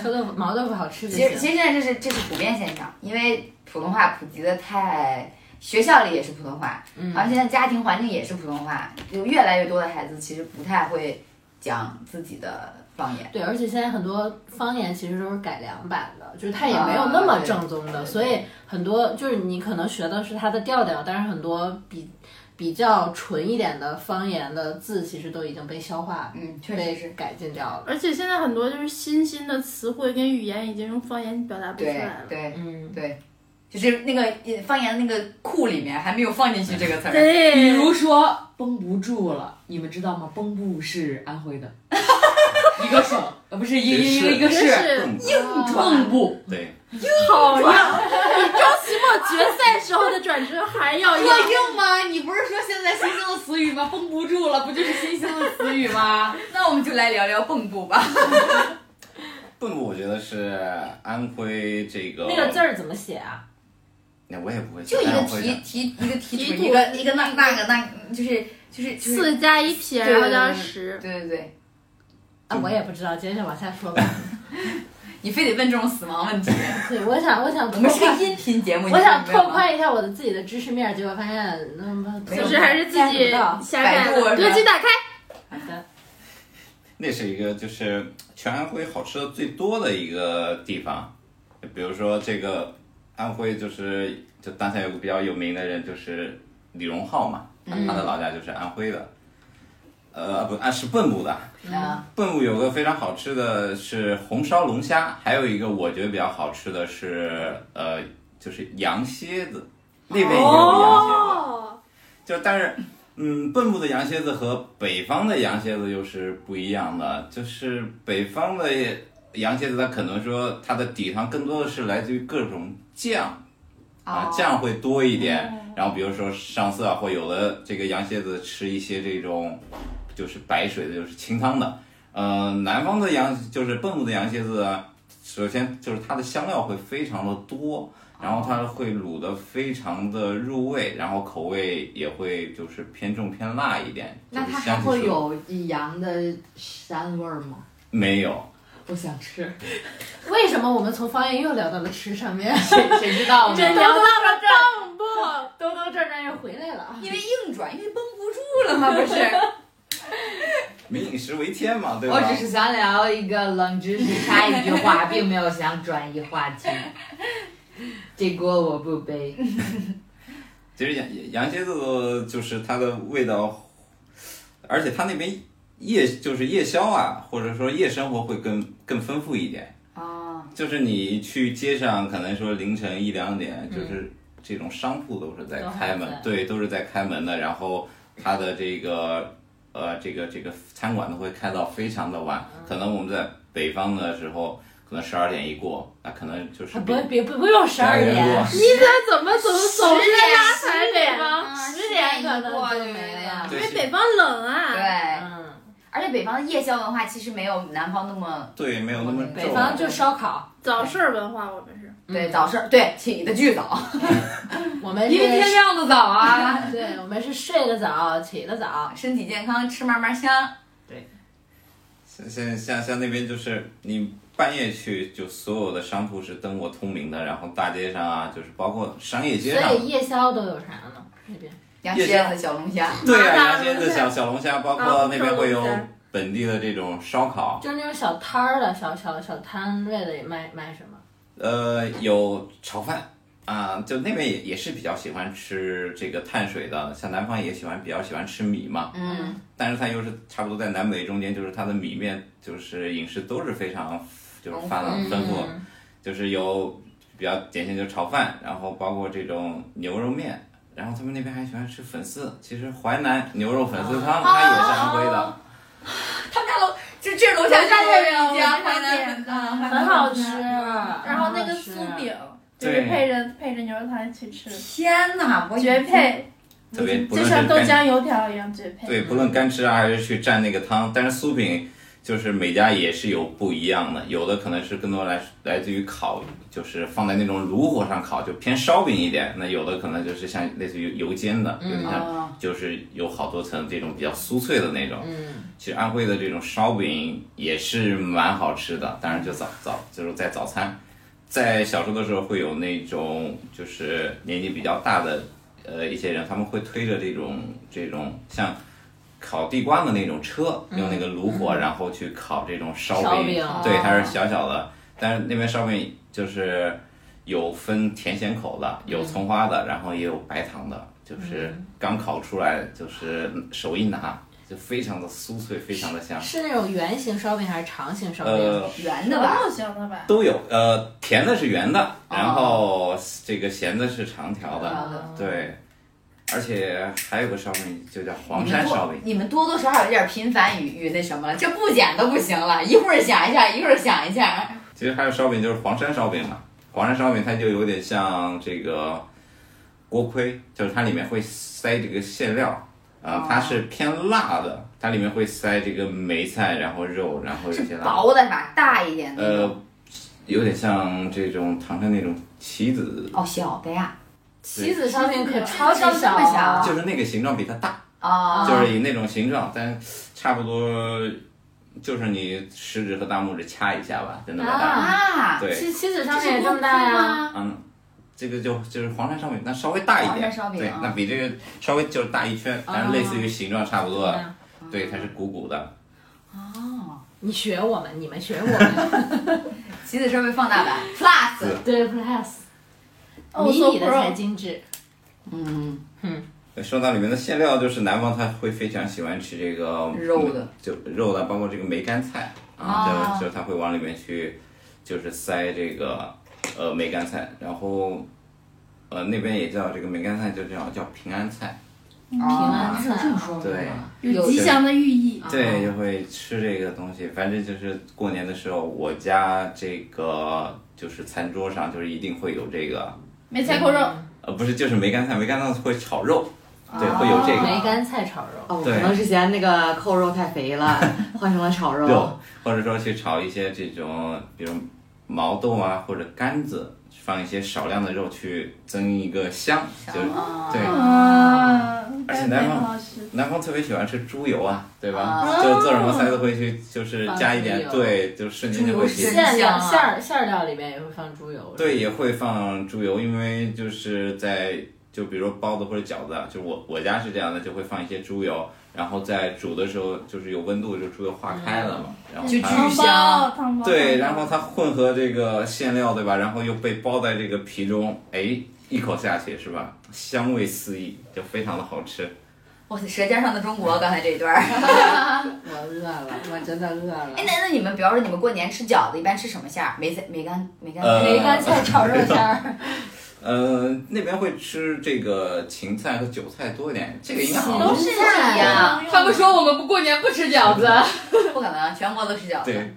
D: 臭豆腐、毛豆腐好吃就
B: 其实，
D: 行。
B: 其实现在这是这是普遍现象，因为普通话普及的太，学校里也是普通话，
D: 嗯
B: 然后现在家庭环境也是普通话，有越来越多的孩子其实不太会讲自己的方言。
D: 对，而且现在很多方言其实都是改良版的，就是它也没有那么正宗的，
B: 啊啊对
D: 所以很多就是你可能学的是它的调调，但是很多比比较纯一点的方言的字其实都已经被消化、
B: 嗯，确实
D: 被
B: 是。嗯
D: 改进掉了。
C: 而且现在很多就是新兴的词汇跟语言已经用方言表达不出
B: 对
C: 来了。
B: 对
D: 嗯，
B: 对，就是那个方言那个库里面还没有放进去这个词儿。
C: 对，
F: 比如说绷不住了，你们知道吗？绷不是安徽的， [LAUGHS] 一个省，呃，不是一一个一个
C: 真
F: 市，
C: 是
F: 蚌埠。
E: 对，
C: 好呀！比周奇墨决赛时候的转折还要
F: 这
C: 硬。
F: 硬吗？你不是说现在新兴的词语吗？绷不住了，不就是新兴的词语吗？
B: 那我们就来聊聊蚌埠吧。
E: 蚌埠我觉得是安徽这个
D: 那个字，儿怎么写啊？
E: 那我也不会
B: [LAUGHS]
E: 写，
B: 就一个
E: 哎但是我会
B: 提
E: 讲
B: 提一个提
C: 提
B: 腿，
C: 腿
B: 一个一个那那个那，就是就是就是，
C: 四加一撇，
B: 对
C: 然后加十。
B: 对对对，
D: 啊，我也不知道，接着往下说吧。
B: [LAUGHS] 你非得问这种死亡 [LAUGHS] 问题。
D: 对，我想，我想
B: 我
D: 拓
B: 们是
D: 宽
B: 个，音频节目，
D: 我想
B: 你明白吗
D: 拓。宽一下我的自己的知识面，结果发现那么
B: 没有
C: 总之还是自己瞎干
B: 百度
C: 的。
B: 是吧
C: 歌机打开，
D: 好的。
E: 那是一个就是全安徽好吃的最多的一个地方，比如说这个安徽就是就当下有个比较有名的人就是李荣浩嘛，他的老家就是安徽的，呃不，啊是蚌埠的。
B: 啊，
E: 蚌埠有个非常好吃的是红烧龙虾，还有一个我觉得比较好吃的是呃
C: 啊
E: 就是羊蝎子，那边也有羊蝎子，
C: 哦，
E: 就但是嗯，蚌埠的羊蝎子和北方的羊蝎子又是不一样的，就是北方的羊蝎子，它可能说它的底汤更多的是来自于各种酱
B: 哦
E: 啊，酱会多一点。
F: 哦
E: 然后比如说上色啊，或有的这个羊蝎子吃一些这种就是白水的，就是清汤的。呃，南方的羊就是蚌埠的羊蝎子啊，首先就是它的香料会非常的多，然后它会卤得非常的入味，然后口味也会就是偏重偏辣一点。
F: 那
E: 就是
F: 它
E: 香
F: 还
E: 气
F: 会
E: 是
F: 有羊的膻味儿吗？
E: 没有？
F: 不想吃，
D: 为什么我们从方言又聊到了吃上面？
F: 谁谁知道呢？
D: 聊到了蚌埠，兜兜转转又回来了啊！
B: 因为硬转，因为绷不住了嘛，不是？
E: 民以食为天嘛，对吧？
F: 我哦只是想聊一个冷知识，插一句话，并没有想转移话 [LAUGHS] 题。这锅我不背。
E: 其实羊羊蝎子就是它的味道，而且它那边夜就是夜宵啊，或者说夜生活会更更丰富一点。
B: [LAUGHS] 啊，
E: 就是你去街上，可能说凌晨一两点，就是这种商铺都是在
D: 嗯都还
E: 开门
D: 在，
E: 对，都是在开门的。然后它的这个呃，这个这个餐馆都会开到非常的晚，
D: 嗯
E: 可能我们在北方的时候，可能十二点一过，那可能就是比
D: 不别不不用十二
E: 12
D: 点
E: 过，
D: 你可怎么总总是在拉踩北
B: 嗯
D: 方？
B: 十
D: 十
B: 点
D: 点
B: 一
D: 可能
B: 过就
D: 就没
B: 没了
D: 了。
E: 对
C: 因为北方冷啊。
B: 对，
D: 嗯，
B: 而且北方的夜宵文化其实没有南方那么
E: 对，没有那么重。啊
D: 北方就烧烤，
C: 早市儿文化我们是，
B: 对早市，对起的巨早，
D: 我们
B: 因为
D: [LAUGHS]
B: 天
D: 是，
B: 亮的早 [LAUGHS] 啊，
D: 对我们是睡得早，起得早。
B: 身体健康，吃嘛嘛香。
E: 像像像像那边就是你半夜去，就所有的商铺是灯火通明的，然后大街上啊，就是包括商业街
D: 所
E: 上，
D: 以夜宵都有啥呢？那边
B: 羊
E: 夜
B: 蝎
E: 宵
B: 子、小龙虾，
E: 对呀、
D: 麻辣
E: 羊蝎子、小小龙虾，包
C: 啊
E: 括那边会有本地的这种烧烤，
D: 就是那种小摊儿的小小小摊位的卖卖什么？
E: 呃，有炒饭啊，就那边也也是比较喜欢吃这个碳水的，像南方也喜欢比较喜欢吃米嘛，
B: 嗯，
E: 但是它又是差不多在南北中间，就是它的米面就是饮食都是非常就是发
B: 丰
E: 展
B: 富
E: 丰富。
D: 嗯
E: 就是有比较典型就是炒饭，然后包括这种牛肉面，然后他们那边还喜欢吃粉丝。其实淮南牛肉粉丝汤它也是安徽的，
B: 他们家楼就这楼下就有一家
C: 楼下就有
B: 淮南
C: 有
B: 粉汤，
D: 很好吃。啊然
C: 嗯然后那个酥饼就是
E: 哦啊对
C: 配着配着牛肉汤一起吃，
B: 天哪，我
C: 绝配，
E: 特别不
C: 就
E: 论
C: 像
E: 是
C: 豆
E: 干
C: 浆油条一样绝配。
E: 对，不论干吃啊还是去蘸那个汤，但是酥饼就是每家也是有不一样的，有的可能是更多来来自于烤，就是放在那种炉火上烤，就偏烧饼一点；那有的可能就是像类似于油煎的，有点像
B: 啊，
E: 就是有好多层这种比较酥脆的那种。
D: 嗯，
E: 其实安徽的这种烧饼也是蛮好吃的，当然就早早就是在早餐，在小时候的时候会有那种就是年纪比较大的呃一些人，他们会推着这种这种像烤地瓜的那种车，用那个炉火、然后去烤这种烧
D: 嗯烧
E: 饼，
D: 饼啊
E: 对，
B: 哦
E: 它是小小的，但是那边烧饼就是有分甜咸口的，有
D: 嗯
E: 葱花的，然后也有白糖的，就是刚烤出来，就是手一拿就非常的酥脆，非常的香。
D: 是那种圆形烧饼还是长形烧饼？
E: 呃，
B: 圆的
C: 然
B: 吧？
C: 后行了吧？
E: 都有，呃，甜的是圆的，
B: 哦
E: 然后这个咸的是长条的，
B: 啊
E: 对。而且还有个烧饼就叫黄
B: 你
E: 山
B: 们
E: 烧
B: 多
E: 饼，
B: 你们多多少少有点频繁与与那什么了，这不讲都不行了，一会儿想一下，一会儿想一下。
E: 其实还有烧饼就是黄山烧饼嘛，黄山烧饼它就有点像这个锅盔，就是它里面会塞这个馅料，啊、
B: 哦
E: 它是偏辣的，它里面会塞这个梅菜，然后肉，然后有
B: 是
E: 些辣，
B: 薄的是吧？大一点的那
E: 呃
B: 种。，
E: 有点像这种唐山那种棋子，
B: 哦，小的呀。
D: 棋子烧饼可超级
B: 这么小
D: 小，
E: 就是那个形状比它大，
B: 啊，
E: 就是以那种形状，但差不多就是你食指和大拇指掐一下吧，就那么大。
D: 啊
B: 啊，
E: 对，
D: 棋棋子
B: 这
D: 烧
B: 是
D: 饼也这么大
B: 锅盔
D: 呀？
B: 吗？
E: 嗯，这个就就是黄山烧饼，那稍微大一
B: 黄
E: 点，
B: 山烧饼
E: 对
B: 啊，
E: 那比这个稍微就是大一圈，但是类似于形状差不多
B: 啊
E: 的，对，它是鼓鼓的，
B: 哦，
D: 你学我们，你们学我们，
B: 棋子稍微放大版，plus，
D: 对 plus，
C: 哦
D: 迷
C: ，so
D: 你的
C: pro
D: 才精致。
B: 嗯，
E: 说到里面的馅料，就是南方他会非常喜欢吃这个
B: 肉的，
E: 就肉的，包括这个梅干菜
B: 啊
E: 啊，就就他会往里面去，就是塞这个呃梅干菜，然后呃那边也叫这个梅干菜，就叫叫平安菜，
B: 嗯
E: 平
B: 平
D: 安菜
F: 这么说法
E: 对
F: 吗
C: 有吉祥的寓意。
B: 啊
E: 对，就会吃这个东西。反正就是过年的时候，我家这个就是餐桌上就是一定会有这个，
C: 梅菜扣肉，
B: 啊
E: 呃，不是就是梅干菜，梅干菜会炒肉，对，会有这
D: 哦梅
E: 个
D: 干菜炒肉，
G: 哦，我
E: 对
G: 可能是嫌那个扣肉太肥了，换成了炒
D: 哦
G: 肉。
E: 肉，或者说去炒一些这种，比如毛豆啊或者干子，放一些少量的肉去增一个香， [LAUGHS] 就是
B: 哦
E: 对。
C: 啊，
E: 而且
C: 干
E: 南
C: 菜
E: 方
C: 很好吃。
E: 南方特别喜欢吃猪油啊，对吧？
B: 啊
E: 就做什么菜都会去，就是加一点，
D: 哦放猪油
E: 对，就瞬间就
B: 猪
E: 会
B: 油
E: 提
B: 真
D: 馅料
B: 香啊
D: 馅儿馅儿料里面也会放猪油，
E: 对，也会放猪油，因为就是在就比如说包子或者饺子啊，就我我家是这样的，就会放一些猪油，然后在煮的时候就是有温度，就猪油化开了嘛，然
B: 嗯
E: 后
B: 就
E: 它
B: 巨
C: 汤包，汤包。
E: 对，然后它混合这个馅料，对吧？然后又被包在这个皮中，哎，一口下去是吧？香味四溢，就非常的好吃。
B: 哇塞，《舌尖上的中国》刚才这一
E: [LAUGHS]
B: 段儿。
D: 我 [LAUGHS] 饿了，我真的饿了
B: 哎，。那那你们，比方说你们过年吃饺子，一般吃什么馅儿？梅菜、梅干、梅干。
E: 呃
D: 梅干菜炒肉馅 [LAUGHS] 儿，
E: 呃，那边会吃这个芹菜和韭菜多一点，这个应该好像
D: 都是菜
B: 呀
F: 他们说我们不过年不吃饺子，
B: 不可能，全国都吃饺子。
E: 对，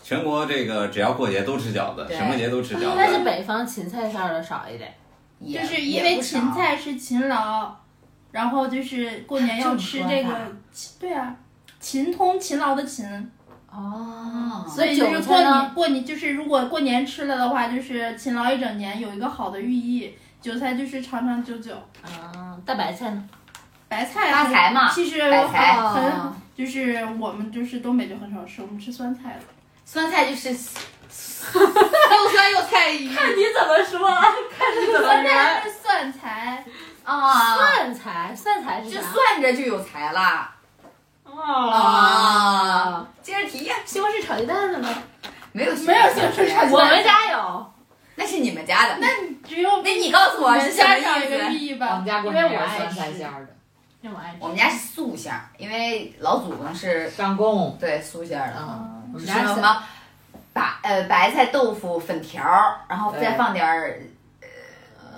E: 全国这个只要过节都吃饺子，
B: 对
E: 什么节都吃饺
D: 但啊是
E: 子。
D: 北方芹菜馅儿的少一点。
B: 也，
C: 就是因
B: 也
C: 为
B: 不少
C: 芹菜是勤劳，然后就是过年要吃这
D: 这么说
C: 个，对啊，勤通勤劳的勤，
D: 哦
B: 嗯
C: 所以就是
D: 韭
C: 过
D: 菜
C: 年
D: 呢
C: 过年就是如果过年吃了的话，就是勤劳一整年，有一个好的寓意。韭菜就是长长久久，
D: 啊，大白菜呢？
C: 白菜
B: 发财嘛
C: 其实
B: 白菜
C: 很
D: 哦
C: 就是我们就是东北就很少吃，我们吃酸菜的。
B: 酸菜就是又酸又菜
D: 你怎么说？看你怎么
C: 酸菜是蒜苔，
D: [LAUGHS]
B: 啊，
D: 蒜苔，蒜苔是
B: 就
D: 啥？
B: 算着就有财了
D: 啊，
B: 啊。接着提，
D: 西红柿炒鸡蛋的吗？
B: 没有没
C: 没有西红柿炒鸡蛋
D: 我们家有，
B: 那是你们家的，那
C: 只有
B: 那你告诉我是什
C: 家
B: 么
C: 长有
B: 意
C: 一个
B: 思？
C: 寓意
G: 我
C: 吧
G: 们？家过年也是酸菜馅儿的，
D: 让我爱吃。
B: 我们家是素馅儿，因为老祖宗是
G: 上供。
B: 对素馅儿的。
C: 嗯
D: 啊，我
B: 是
D: 们
B: 什
D: 家是
B: 么白呃白菜豆腐粉条儿，然后再放点儿呃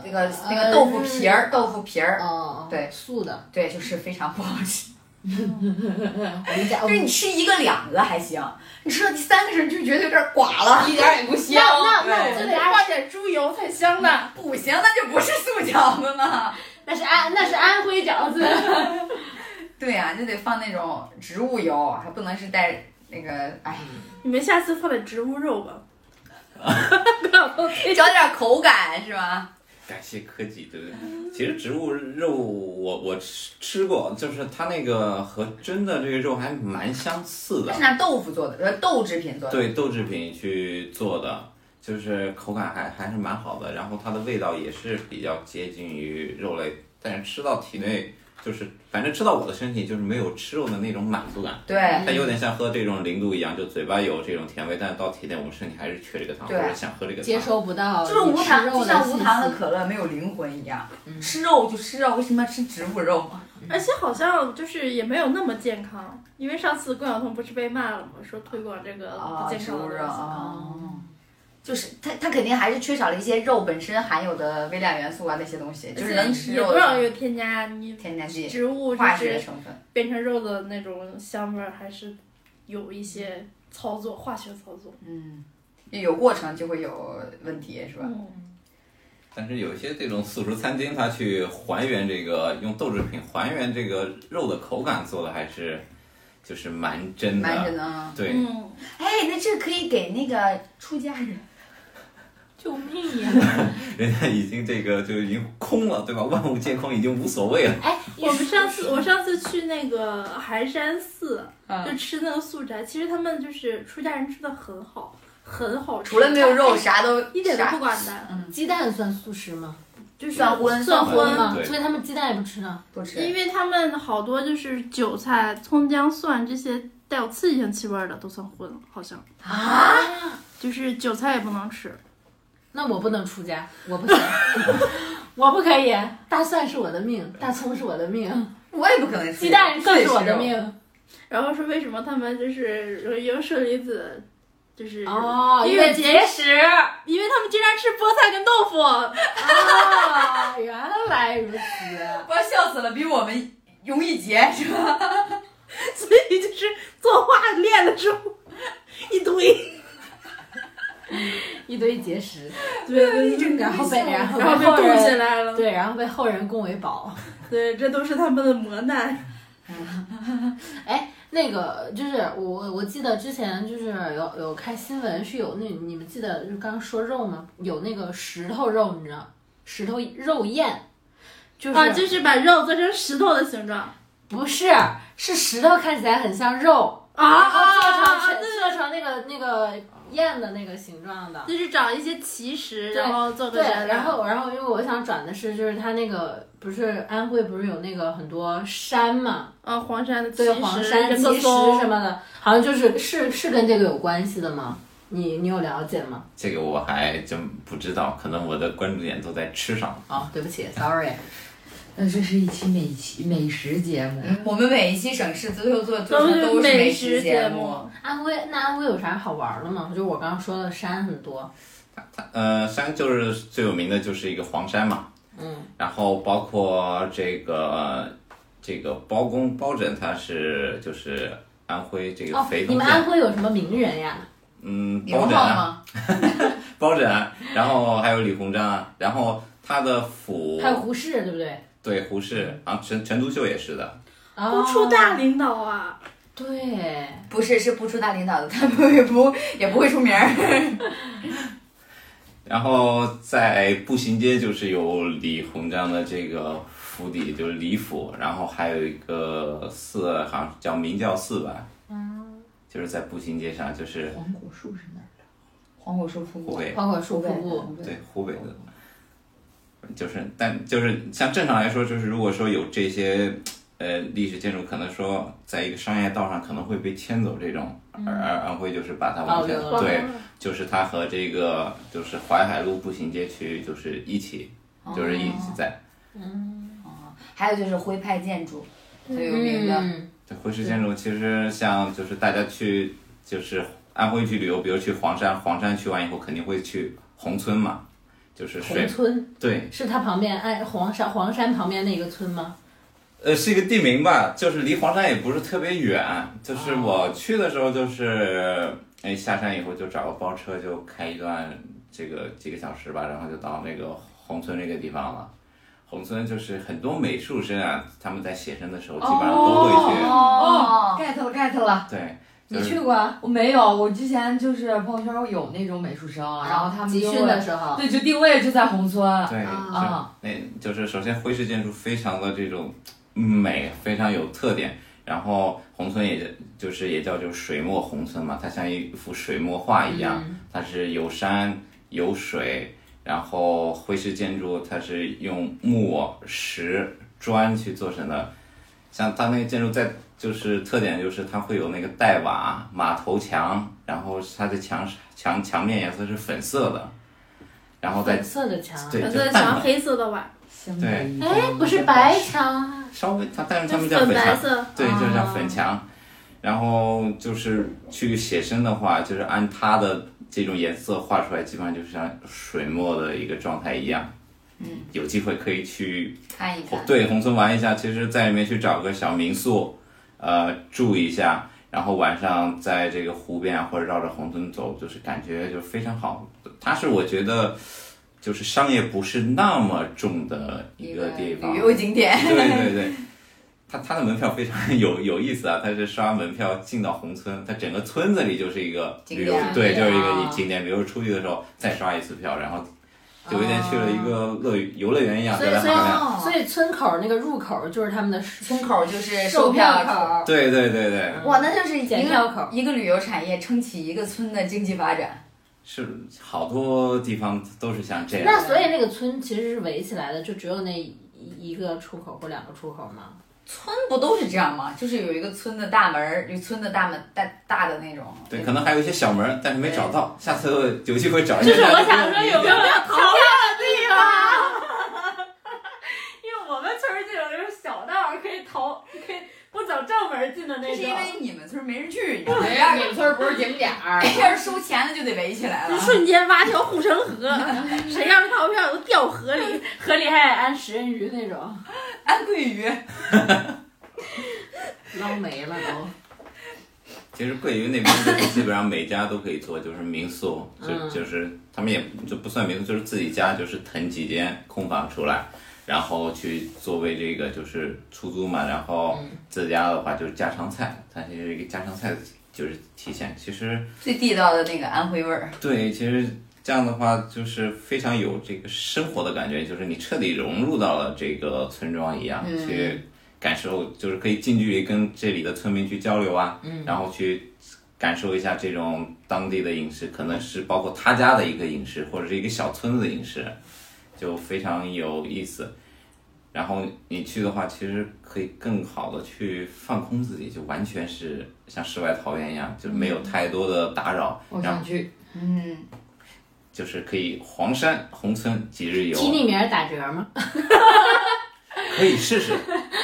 B: 那个那个豆腐皮
C: 嗯
B: 儿，豆腐皮儿，
D: 哦，
B: 对
D: 素的。
B: 对，就是非常不好吃。
D: 我们家
B: 就是你吃一个两个还行，你吃到第三个时候你就觉得有点寡了，
F: 一点也不香。
D: 那那
B: 对
D: 我
C: 就
D: 们
C: 得
D: 家
C: 放点猪油才香呢。
B: 不行，那就不是素饺子了。
D: 那是安那是安徽饺子，
B: 对呀、就得放那种植物油，还不能是带那个，哎，
C: 你们下次放点植物肉吧。
B: 找点口感是吧？
E: 感谢科技，对不对？其实植物肉我我吃吃过，就是它那个和真的这个肉还蛮相似
B: 它
E: 的
B: 是。拿豆腐做的，呃，豆制品做的。
E: 对豆制品去做的，就是口感还还是蛮好的，然后它的味道也是比较接近于肉类，但是吃到体内就是反正吃到我的身体就是没有吃肉的那种满足感，
C: 嗯
B: 对
E: 它有点像喝这种零度一样，就嘴巴有这种甜味，但是到体内我们身体还是缺这个糖，或
B: 对
E: 者想喝这个
D: 接
E: 糖。
D: 收不到
B: 就是无糖，
D: 你吃肉
B: 就
D: 的
B: 像无糖
D: 信
B: 的
D: 息
B: 可乐没有灵魂一样。
C: 嗯
B: 吃肉就吃肉，为什么要吃植物肉？
C: 而且好像就是也没有那么健康，因为上次关晓彤不是被骂了吗？说推广这个不
B: 哦
C: 健
B: 植
C: 康
B: 物
C: 的
B: 肉
C: 东西。
B: 啊，就是它它肯定还是缺少了一些肉本身含有的微量元素啊那些东西，就是能吃
C: 也
B: 肉
C: 不让
B: 的
C: 有添加你
B: 添加剂、
C: 植物就
B: 化学
C: 是
B: 成分。
C: 变成肉的那种香味儿，还是有一些操作化学操作。
B: 嗯，有过程就会有问题，是吧？
C: 嗯，
E: 但是有一些这种素食餐厅，它去还原这个用豆制品还原这个肉的口感做的还是就是蛮真的，
B: 蛮真的啊。
E: 对。
C: 嗯，
B: 哎，那这可以给那个出家人。
D: 救命呀！
E: 人家已经这个就已经空了，对吧？万物皆空，已经无所谓了。
D: 哎，
C: 我们上次我上次去那个寒山寺，就
B: 嗯，
C: 吃那个素斋，其实他们就是出家人吃的很好，很好吃，
B: 除了没有肉，啥哎都
C: 一点都
B: 啥
C: 不管的，
D: 鸡蛋算素食吗？
C: 就是
B: 蒜荤
C: 蒜
E: 荤
C: 荤
D: 吗？
E: 对
D: 所以他们鸡蛋也不吃呢。
B: 不吃
C: 因。为他们好多就是韭菜、葱、姜、蒜这些带有刺激性气味儿的都算荤，好像
B: 啊？
C: 就是韭菜也不能吃。
D: 那我不能出家，我 [LAUGHS] 不行，我不可以。大蒜是我的命，大葱是我的命，
B: 我也不可能吃。
D: 鸡蛋
B: 非
D: 更
B: 得
D: 是我的
B: 吃肉。
D: 命。
C: 然后是为什么他们就是有舍利子就是
D: 哦，
C: 因
D: 因
C: 为
D: 为节食。
C: 因为他们经常吃菠菜跟豆腐，
D: 哦，原来如此。
B: 我要笑死了，比我们容易结是吧？ [LAUGHS]
C: 所以 [LAUGHS] 就是做化练的时候一堆，
D: 一堆结 [LAUGHS] 石，
C: 对 [LAUGHS]
D: 对然后被然后被
C: 然后被
D: 后
C: 冻起
D: 人
C: 来了，
D: 对，然后被后人供为宝。
C: 对，这都是他们的磨难。
D: 那个就是我，我记得之前就是有有看新闻是有那你们记得就是刚刚说肉吗？有那个石头肉，你知道石头肉宴，就是、
C: 啊，就是把肉做成石头的形状
D: 不是是石头看起来很像肉，
C: 啊
D: 然后做成
C: 啊！
D: 成做成那个那个燕的那个形状的。
C: 就是找一些奇石，
D: 对
C: 然后做个
D: 对，
C: 材料
D: 然后然后因为我想转的是就是它那个不是安徽不是有那个很多山嘛，
C: 啊，黄山的奇
D: 对
C: 石、
D: 黄山
C: 人
D: 奇
C: 不
D: 石
C: 松
D: 什么的，好像就是是是跟这个有关系的吗？你你有了解吗？
E: 这个我还真不知道，可能我的关注点都在吃上。
D: 哦，对不起，sorry。
G: 那这是一期美期美食节目，
B: 我们每一期省市最后做的
C: 都
B: 是都是
C: 美
B: 食
C: 节哦
B: 目。，
D: 安徽那安徽有啥好玩的吗？就我刚刚说的山很多，
E: 呃，山就是最有名的就是一个黄山嘛，
D: 嗯，
E: 然后包括这个这个包公包拯，他是就是安徽这个
D: 哦
E: 肥，
D: 你
E: 东
D: 们
E: 县，
D: 安徽有什么名人呀？
E: 嗯，
B: 刘
E: 包
B: 浩
E: 拯啊，
B: 吗？
E: 包拯啊，然后还有李鸿章啊，然后他的府
D: 还有胡适，对不对？
E: 对胡适啊，陈陈独秀也是的，
D: 哦
C: 不出大领导啊，
D: 对，
B: 不是，是不出大领导的，他不会不也不会出名儿。 [LAUGHS]
E: 然后在步行街就是有李鸿章的这个府邸，就是李府，然后还有一个寺，好像叫明教寺吧，
D: 嗯
E: 就是在步行街上，就是
G: 黄果树是哪儿？
B: 黄果树瀑
E: 湖
B: 布，
E: 北，
D: 包括树瀑嗯布，
B: 瀑布
E: 对湖北的，就是但就是像正常来说，就是如果说有这些呃历史建筑，可能说在一个商业道上可能会被迁走这种，而而安徽就是把它
D: 嗯保
E: 完全
D: 留了
E: 对，就是它和这个就是淮海路步行街区就是一起，就是一起在。
B: 哦还有就是徽派建筑最有名的，
D: 嗯，
E: 对，徽式建筑其实像就是大家去就是安徽去旅游，比如去黄山，黄山去完以后肯定会去宏村嘛，就是水
D: 红村
E: 对，
D: 是它旁边哎黄山黄山旁边那个村吗？
E: 呃，是一个地名吧，就是离黄山也不是特别远，就是我去的时候就是哎下山以后就找个包车就开一段这个几个小时吧，然后就到那个宏村这个地方了。宏村就是很多美术生啊，他们在写生的时候基本上都会去，
B: 哦，
G: ，get 了 get 了。
E: 对，
D: 你
E: 就是
D: 去过啊？
G: 我没有，我之前就是朋友圈有那种美术生，啊然后他们
D: 啊集
G: 就
D: 训的
G: 会
D: 时候，
G: 对，就定位就在宏村。
E: 对，就是
G: 啊，
E: 那就是首先徽式建筑非常的这种嗯美，非常有特点。然后宏村也就是也叫就是水墨宏村嘛，它像一幅水墨画一样，
G: 嗯
E: 它是有山有水，然后徽式建筑它是用木石砖去做成的。像它那个建筑在就是特点就是它会有那个黛瓦马头墙，然后它的墙墙墙面颜色是粉色的，然后再
D: 粉色的墙，
E: 哦对
C: 粉色
E: 就
C: 的
E: 淡
C: 墙，
E: 嘛
C: 黑色的瓦，
G: 相
E: 对
G: 比于
D: 哎，不是白墙啊，
E: 稍微它，但是
C: 就
E: 他们叫
C: 粉白
E: 墙，
C: 色。
E: 对，就是叫粉墙。然后就是去写生的话，就是按它的这种颜色画出来，基本上就是像水墨的一个状态一样。嗯，有机会可以去哦
B: 看一看。
E: 对宏村玩一下，其实在里面去找个小民宿，呃，住一下，然后晚上在这个湖边啊，或者绕着宏村走，就是感觉就非常好。它是我觉得就是商业不是那么重的一个地方，
B: 旅游景点，
E: 对对
C: [LAUGHS]
E: 对，他他的门票非常有有意思啊，他是刷门票进到宏村，他整个村子里就是一个
B: 景
E: 旅
B: 点
E: 游
B: 啊，
E: 对，就是一
D: 啊
E: 个景点。比如出去的时候再刷一次票，然后就有点去了一个乐园游乐园一样，
D: 所以
E: 在那
D: 所以
E: 旁边。
B: 哦
D: 所以村口那个入啊口就是他们的
B: 村口就是售
D: 售
B: 票处。
D: 口，
E: 对对对对，
B: 哇，那就是一
D: 检票
B: 个
D: 口，
B: 一个旅游产业撑起一个村的经济发展。
E: 是好多地方都是像这样。
D: 那所以那个村其实是围起来的，就只有那一一个出口或两个出口嘛。
B: 村不都是这样吗？就是有一个村的大门儿，有村的大门大大的那种。
E: 对，可能还有一些小门儿，但是没找到，下次有机会找一下。
C: 就是我想说有没有
E: 有？
C: 逃票的地
D: [LAUGHS]
C: 方？因为我们村儿就有那种小道儿可以逃，可以不走
D: 走正门进的那
B: 这
D: 种。
B: 是因为你们村没人去，你知道吗
A: 哎呀，你们村儿不是景点儿，
B: [LAUGHS] 要是收钱了就得围起来 [LAUGHS]
C: 就
B: 了。
C: 瞬间挖条护城 [LAUGHS] 河，谁要是逃票都掉河里。
D: 河里还得安食人鱼那种，
B: 安贵鱼，
D: 捞没了都。
E: 其实桂云那边就是基本上每家都可以做，就是民宿，就、
D: 嗯
E: 就是他们也就不算民宿，就是自己家就是腾几间空房出来，然后去作为这个就是出租嘛，然后自家的话就是家常菜，它其实一个家常菜就是体现。其实
B: 最地道的那个安徽味儿。
E: 对，其实这样的话就是非常有这个生活的感觉，就是你彻底融入到了这个村庄一样，去感受，就是可以近距离跟这里的村民去交流啊，然后去感受一下这种当地的饮食，可能是包括他家的一个饮食，或者是一个小村子的饮食，就非常有意思。然后你去的话，其实可以更好的去放空自己，就完全是像世外桃源一样，就没有太多的打扰，
F: 我
E: 然后
F: 想去，
B: 嗯，
E: 就是可以黄山宏村几日游，
D: 提你名儿打折吗？
E: 可以
B: [LAUGHS]
E: 试试，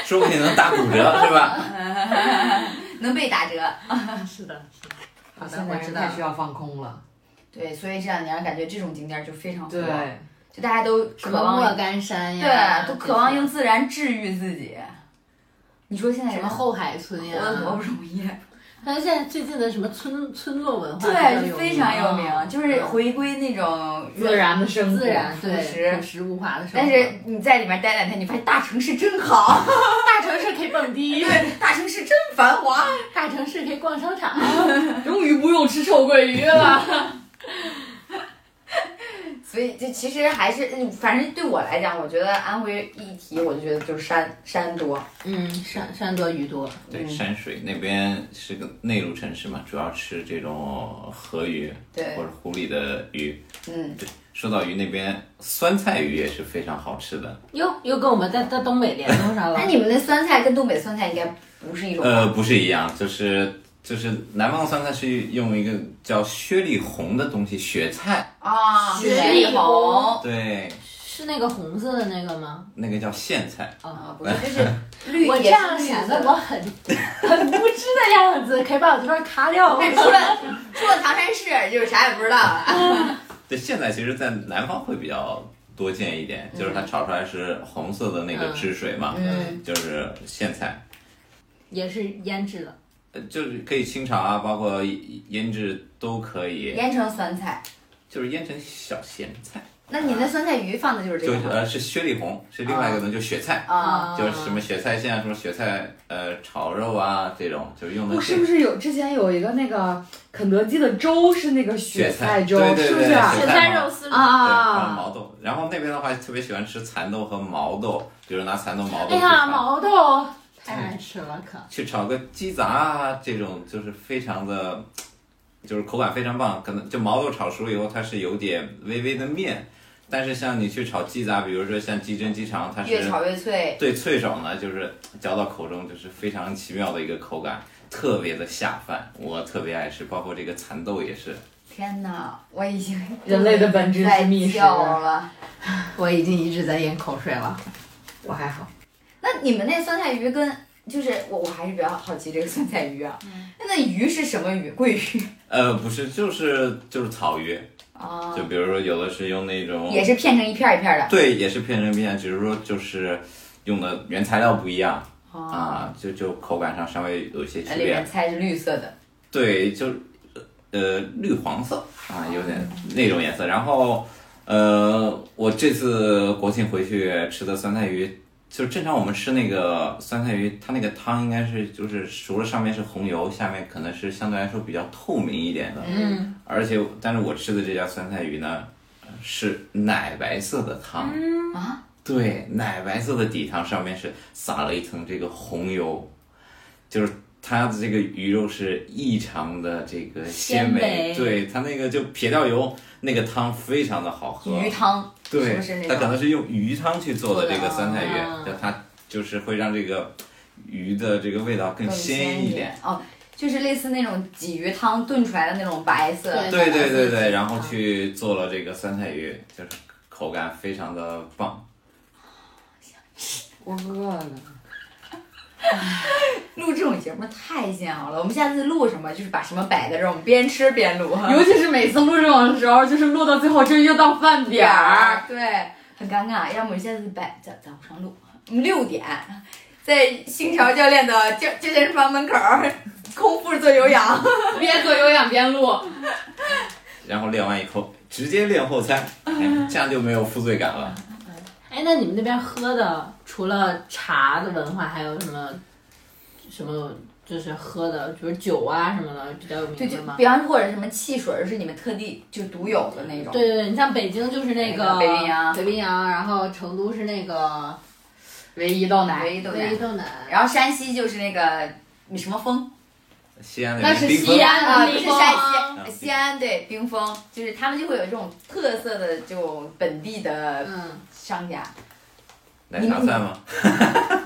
E: 说不定能打骨折，是吧？
B: 嗯能被打折。
D: 啊是的，是的。
F: 我
D: 好的，
F: 现
D: 我
F: 在是
D: 知道
F: 太
D: 了
F: 需。要放空了。
B: 对，所以这两年感觉这种景点儿就非常火，
F: 对，
B: 就大家都
D: 什
B: 渴
D: 么
B: 望
D: 莫干山呀，
B: 对，都渴望用自然治愈自己。你说现在
D: 什
B: 人
D: 么后海村
B: 活得多
D: 呀。
B: 不容易？
D: 但是现在最近的什么村村落文化比较
B: 对，
D: 有
B: 非常
D: 名啊
B: 有啊名，就是回归那种
F: 自。然的生活，
D: 自然对
B: 实
D: 朴实无华的生活。
B: 但是你在里面待两天，你发现大城市真好， [LAUGHS]
D: 大城市可以蹦迪，
B: 对，大城市真繁华。
D: 大城市可以逛商场。
F: 终于不用吃臭鳜鱼了。
B: 所以这其实还是，嗯反正对我来讲，我觉得安徽一提我就觉得就是山山多，
D: 嗯，山山多鱼多，
E: 对，山水那边是个内陆城市嘛，主要吃这种河鱼
B: 对
E: 或者湖里的鱼。
B: 嗯，
E: 说到鱼那边，酸菜鱼也是非常好吃的。
D: 又又跟我们在在东北联动上了。
B: 哎那你们的酸菜跟东北酸菜应该不是一种吧，
E: 呃，不是一样，就是就是南方酸菜是用一个叫雪里红的东西，雪菜，
B: 啊，
D: 雪
B: 里
D: 里红
E: 对，
D: [LAUGHS] 是那个红色的那个吗？
E: 那个叫苋菜。
B: 啊
D: 啊，，
B: 不是，就是绿，
D: 我
B: 也
D: 这样
B: 是绿
D: 显
B: 色
D: 得我很 [LAUGHS] 很无知的样子，可以把我这段卡掉吗？
B: 但 [LAUGHS] 除了除了唐山市，就是啥也不知道了。
E: 对，苋菜其实在南方会比较多见一点，就是它炒出来是红色的那个
D: 嗯
E: 汁水嘛，
B: 嗯
E: 就是苋菜。
D: 也是腌制的，
E: 呃就是可以清炒啊，包括腌制都可以，
B: 盐城酸菜，
E: 就是腌成小咸菜，
B: 那你那酸菜鱼放的就是这
E: 就
B: 个吗
E: 呃是雪里红，是另外一个呢，就雪菜，
D: 哦
B: 啊？
E: 就是什么雪菜馅啊，什么雪菜呃炒肉啊这种，就是用的
F: 哦
G: 我
E: 这
G: 是不是有之前有一个那个肯德基的粥是那个
E: 雪
G: 菜粥，
E: 对对
G: 是不
E: 对，
G: 是？啊
E: 雪
C: 菜
E: 菜
C: 肉
E: 毛。
C: 丝，
E: 对，还有
G: 啊，
E: 毛豆。然后那边的话，特别喜欢吃蚕豆和毛豆，比如拿蚕豆、毛豆
D: 哎
E: 去
D: 呀，
E: 炒，
D: 毛豆太难吃了，可
E: 去炒个鸡杂啊，这种就是非常的，就是口感非常棒。可能就毛豆炒熟了以后，它是有点微微的面，但是像你去炒鸡杂，比如说像鸡胗、鸡肠，它
B: 越
E: 是
B: 炒越脆，
E: 对脆爽的，就是嚼到口中就是非常奇妙的一个口感，特别的下饭，我特别爱吃，包括这个蚕豆也是。
B: 天哪，我已经
F: 人类的本质是
B: 在
F: 觅食。
B: 叫了。
D: 我已经一直在咽口水了。
G: 我还好，
B: 那你们那酸菜鱼跟就是我我还是比较好奇这个酸菜鱼啊，那那鱼是什么鱼？桂鱼
E: 呃，不是，就是就是草鱼，
B: [LAUGHS] 啊
E: 就，比如说有的是用那种
B: 也是片成一片儿一片儿的
E: 对，也是片成片，只是说就是用的原材料不一样。啊，就就口感上稍微有一些区
B: 呃里面
E: 别，
B: 菜是绿色的，
E: 对，就呃绿黄色啊，有点那种颜色。然后呃，我这次国庆回去吃的酸菜鱼，就正常我们吃那个酸菜鱼，它那个汤应该是就是熟了，上面是红油，下面可能是相对来说比较透明一点的。
D: 嗯，
E: 而且但是我吃的这家酸菜鱼呢，是奶白色的汤。
B: 啊，
E: 对，奶白色的底汤上面是撒了一层这个红油，就是它的这个鱼肉是异常的这个鲜
D: 鲜美
E: 对它那个就撇掉油，那个汤非常的好喝。
B: 鱼汤是
E: 对
B: 不是那，种啊
E: 它可能是用鱼汤去做的这个酸菜鱼
D: 做的，
E: 就它就是会让这个鱼的这个味道更
B: 更
E: 鲜
B: 一
E: 一点。
B: 哦，就是类似那种鲫鱼汤炖出来哎的那种白色，
D: 对
E: 对对
D: 对
E: 对
D: 对
E: 对，然后去做了这个酸菜鱼，就是口感非常的棒。
F: 我饿了，
B: 录这种节目太煎熬了。我们下次录什么，就是把什么摆在这儿，我们边吃边录哈。
F: 尤其是每次录这种的时候，就是录到最后，真又到饭点
B: 点
F: 儿。
B: 儿，对，很尴尬。要么下次摆早早上录，我们六点在星桥教练的教教健身房门口儿空腹做有氧。
A: 边做有氧边录，
E: 然后练完以后直接练后餐，哎，这样就没有负罪感了。
D: 哎，那你们那边喝的除了茶的文化，还有什么什么就是喝的，比如酒啊什么的比较有
B: 对，
D: 名
B: 就
D: 的吗？
B: 比方或者什么汽水是你们特地就独有的那种。
D: 对对对，你像北京就是那
B: 那
D: 个
B: 个北冰洋
D: 北冰洋，然后成都是那个
F: 唯一豆奶，
B: 唯一豆
D: 唯
B: 奶
D: 一。豆奶，
B: 然后山西就是那个什么峰，
E: 西安的
A: 那是
E: 冰
A: 西
E: 峰，
A: 安
B: 啊，
A: 的
B: 不
A: 地
B: 是
A: 方
B: 陕
E: 啊
B: 西，西安对冰峰，就是他们就会有这种特色的就本地的
D: 嗯，
B: 商家，
E: 奶茶算吗？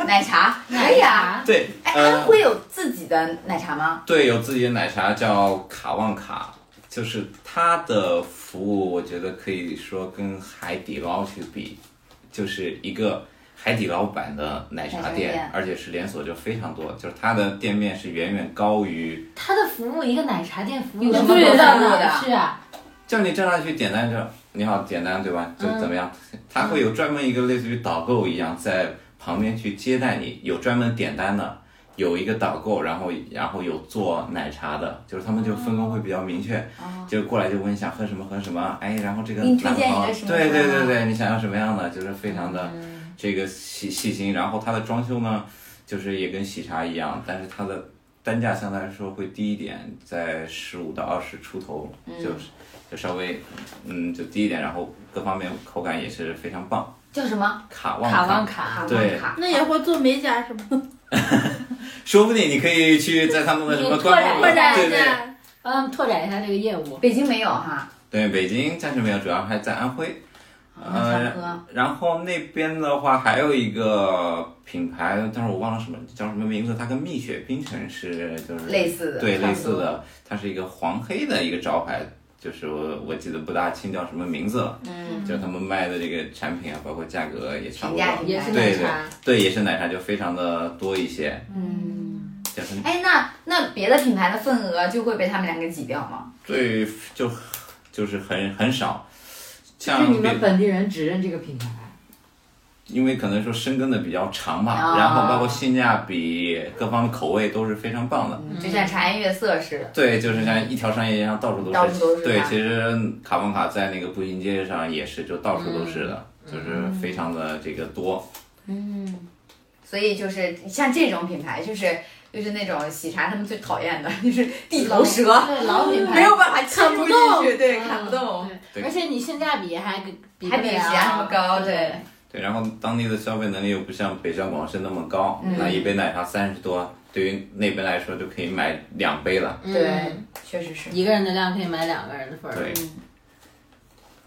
B: 奶茶可
D: 奶
B: 以啊。
D: 茶，
E: 对，
B: 哎，
E: 呃
B: 安，徽有自己的奶茶吗？
E: 对，有自己的奶茶叫卡旺卡，就是它的服务，我觉得可以说跟海底捞去比，就是一个海底捞版的奶茶
B: 奶茶
E: 店，
B: 店
E: 而且是连锁就非常多，就是它的店面是远远高于，
D: 它的服务一个奶茶店服务
B: 有什
D: 什
B: 么
D: 么
B: 可
D: 到
B: 服务
D: 哪
B: 的
D: 儿去啊？
E: 就你正常去点单就你好点单对吧？就
D: 嗯
E: 怎么样？它会有专门一个类似于导购一样在旁边去接待你，有专门点单的。有一个导购，然后然后有做奶茶的，就是他们就分工会比较明确，
B: 啊，
E: 就过来就问你想喝什么喝什么，哎，然后这个
B: 给你推荐
E: 哪
B: 一个什么
E: 对对
B: 款啊
E: 对对，你想要什么样的，就是非常的
B: 嗯
E: 这个细细心。然后它的装修呢，就是也跟喜茶一样，但是它的单价相对来说会低一点，在十五到二十出头，就是就稍微嗯就低一点，然后各方面口感也是非常棒。
B: 叫什么？
E: 卡旺
D: 卡旺
E: 卡，
D: 卡，
E: 对，
C: 那也会做美甲什么的，
E: 说不定你可以去在他们的什么
D: 你拓
E: 官
D: 展
E: 网，
D: 拓展
E: 对对
D: 帮他们嗯拓展一下这个业务。
B: 北京没有哈，
E: 对，北京暂时没有，主要还在安徽。呃
B: 想喝，
E: 然后那边的话还有一个品牌，但是我忘了什么叫什么名字，它跟蜜雪冰城是就是
B: 类似的。
D: 差
E: 对
D: 不多
E: 类似的，它是一个黄黑的一个招牌，就是我我记得不大清叫什么名字了，
B: 嗯，
E: 就他们卖的这个产品啊，包括价格也差不多
B: 评，价
D: 也是奶
E: 对
D: 茶，
E: 对，也是奶茶就非常的多一些，
B: 嗯，
E: 就是
B: 哎，那那别的品牌的份额就会被他们俩给挤掉吗？
E: 对就就是很很少，
F: 是
E: 像
F: 你
E: 别
F: 们本地人只认这个品牌。
E: 因为可能说深耕的比较长吧，
B: 啊
E: 然后包括性价比各方面口味都是非常棒的。
D: 嗯
B: 就像茶颜悦色似的，
E: 对，就是像一条商业街上到处都是，
B: 到处都是
E: 对
B: 吧，
E: 其实卡旺卡在那个步行街上也是，就到处都是的，
B: 嗯
E: 就是非常的这个多。
B: 所以就是像这种品牌，就是就是那种喜茶他们最讨厌的， [LAUGHS] 就是地头蛇，
D: 对老品牌
B: 没有办法侵
C: 看
B: 入
C: 不
B: 进
C: 动
B: 去，对，看
D: 嗯
B: 不动，
E: 对
D: 而且你性价比还比比
B: 还
D: 不
B: 比
D: 了
B: 喜茶他们高，对。
E: 对，然后当地的消费能力又不像北上广深那么高，
B: 嗯
E: 那一杯奶茶三十多，对于那边来说就可以买两杯了。
D: 嗯
B: 对确实是。
D: 一个人的量可以买两个人的份儿。
E: 对，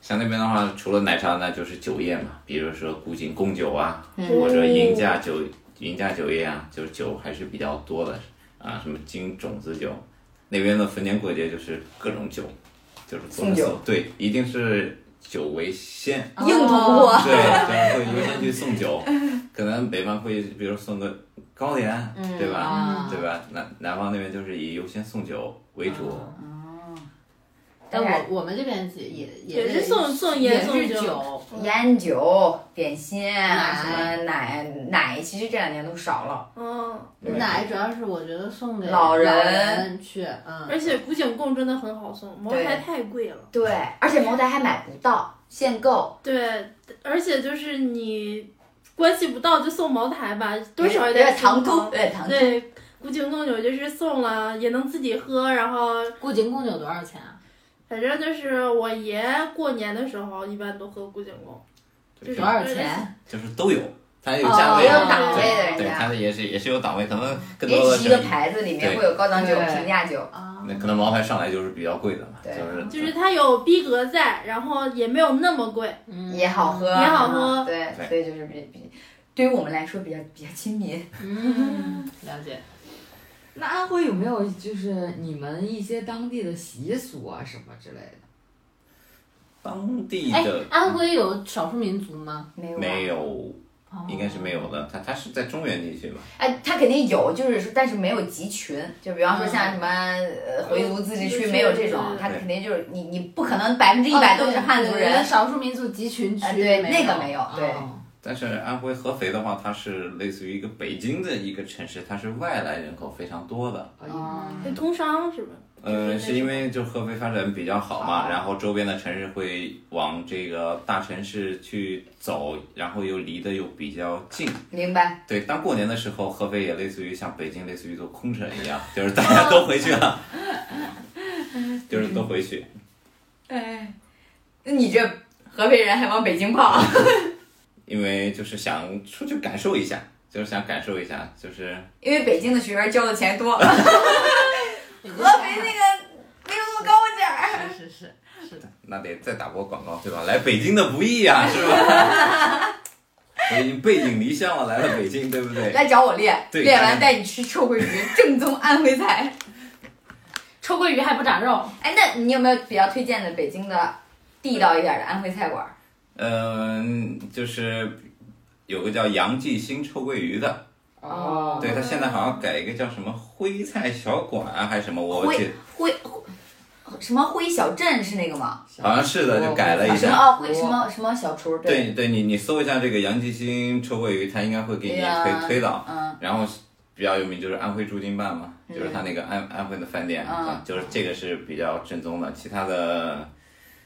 E: 像那边的话，除了奶茶，那就是酒业嘛，比如说古井贡酒啊，或者银价酒、银价酒业啊，就是酒还是比较多的啊，什么金种子酒，那边的逢年过节就是各种酒，就是做
B: 送酒
E: 送对，一定是酒为先，
B: [LAUGHS]
D: 哦
B: 硬通货
E: 对，然后会优先去送酒，可能北方会比如送个糕点，
B: 嗯
E: 对吧？
D: 啊，
E: 对吧？南南方那边就是以优先送酒为主，
B: 啊
D: 但我我们这边也也
C: 也是送送
D: 也
C: 盐送
D: 是酒，
B: 烟酒、点心、奶
D: 奶
B: 奶奶，其实这两年都少了。
C: 嗯，
E: 对
D: 奶主要是我觉得送给
B: 老人
D: 人去，嗯，
B: 哎
C: 而且古井贡真的很好送，茅台太贵了。
B: 对，而且茅台还买不到，限购。
C: 对，而且就是你关系不到就送茅台吧，多少有
B: 有点
C: 点
B: 糖
C: 心
B: 度，有
C: 疼。
B: 点糖度。
C: 对，古井贡酒就是送了也能自己喝，然后
D: 顾井贡酒多少钱啊？
C: 反正就是我爷过年的时候一般都喝古井贡，就
E: 对
C: 是
D: 多少钱？
E: 就是都有，它有价位
B: 哦
E: 的，
B: 有档位的人家
E: 对，对，它的也是也是有档位，可能更
B: 也
E: 多的
B: 只一个
E: 是
B: 牌子里面
E: 对
B: 会有高档酒、
F: 对
B: 平价酒，
D: 啊
E: 那可能茅台上来就是比较贵的嘛，
B: 对
E: 就是
C: 就是它有逼格在，然后也没有那么贵。
D: 嗯
B: 也好喝，啊
C: 也好喝
B: 对，
E: 对
B: 所以就是比比，对于我们来说比较比较亲民。
D: 嗯，了解。
F: 那安徽有没有就是你们一些当地的习俗啊什么之类的？
E: 当地
D: 哎
E: 的，
C: 哎
D: 安徽有少数民族吗？哦
B: 没有啊
E: 没有，应该是没有的。它它是在中原地区吧？
B: 哎，它肯定有，就是说，但是没有集群。就比方说像什么呃回族自
A: 自
B: 治
A: 治
B: 区
A: 区
B: 没有这种，它
E: 对
B: 肯定就是你你不可能百分之
D: 哦
B: 一百都是汉族人。
D: 少数民族集群区、
B: 啊对那个没
D: 没
B: 有对
F: 嗯
D: 哦
E: 但是安徽合肥的话，它是类似于一个北京的一个城市，它是外来人口非常多的。
G: 哦
D: 哦
F: 啊，
C: 就通商是吧？
E: 呃，
C: 就是那哦
E: 是因为就合肥发展比较好嘛，
F: 好
E: 然后周边的城市会往这个大城市去走，然后又离得又比较近。
B: 明白？
E: 对，当过年的时候，合肥也类似于像北京，类似于做空城一样，就是大家都回去了，就是都回去。
B: 哎，那你这合肥人还往北京跑？
E: 因为就是想出去感受一下，就是想感受一下，就是
B: 因为北京的学员交的钱多， [LAUGHS] 合肥那个没有那么高点儿。
D: 是是是， [LAUGHS]
E: 那得再打波广告对吧？来北京的不易呀、是吧？ [LAUGHS] 我已经背井离乡了，来了北京，对不对？
B: 来找我练，
E: 对
B: 练完带你吃臭鳜鱼，正宗安徽菜。
D: 臭鳜鱼还不长肉，
B: 哎，那你有没有比较推荐的北京的地道一点的安徽菜馆？
E: 嗯、就是有个叫杨继新臭鳜鱼的，
F: 哦，
E: 对他现在好像改一个叫什么徽菜小馆啊还是什么，我记
B: 徽徽什么徽小镇是那个吗？
E: 好像是的，就改了一
B: 什么
E: 下。
B: 哦徽什么什么小厨？对，
E: 对对，你你搜一下这个杨继新臭鳜鱼，他应该会给你
B: 对呀
E: 推推导。
B: 嗯，
E: 然后比较有名就是安徽驻京办嘛，就是他那个安安徽的饭店，
B: 嗯
E: 啊就是这个是比较正宗的，其他的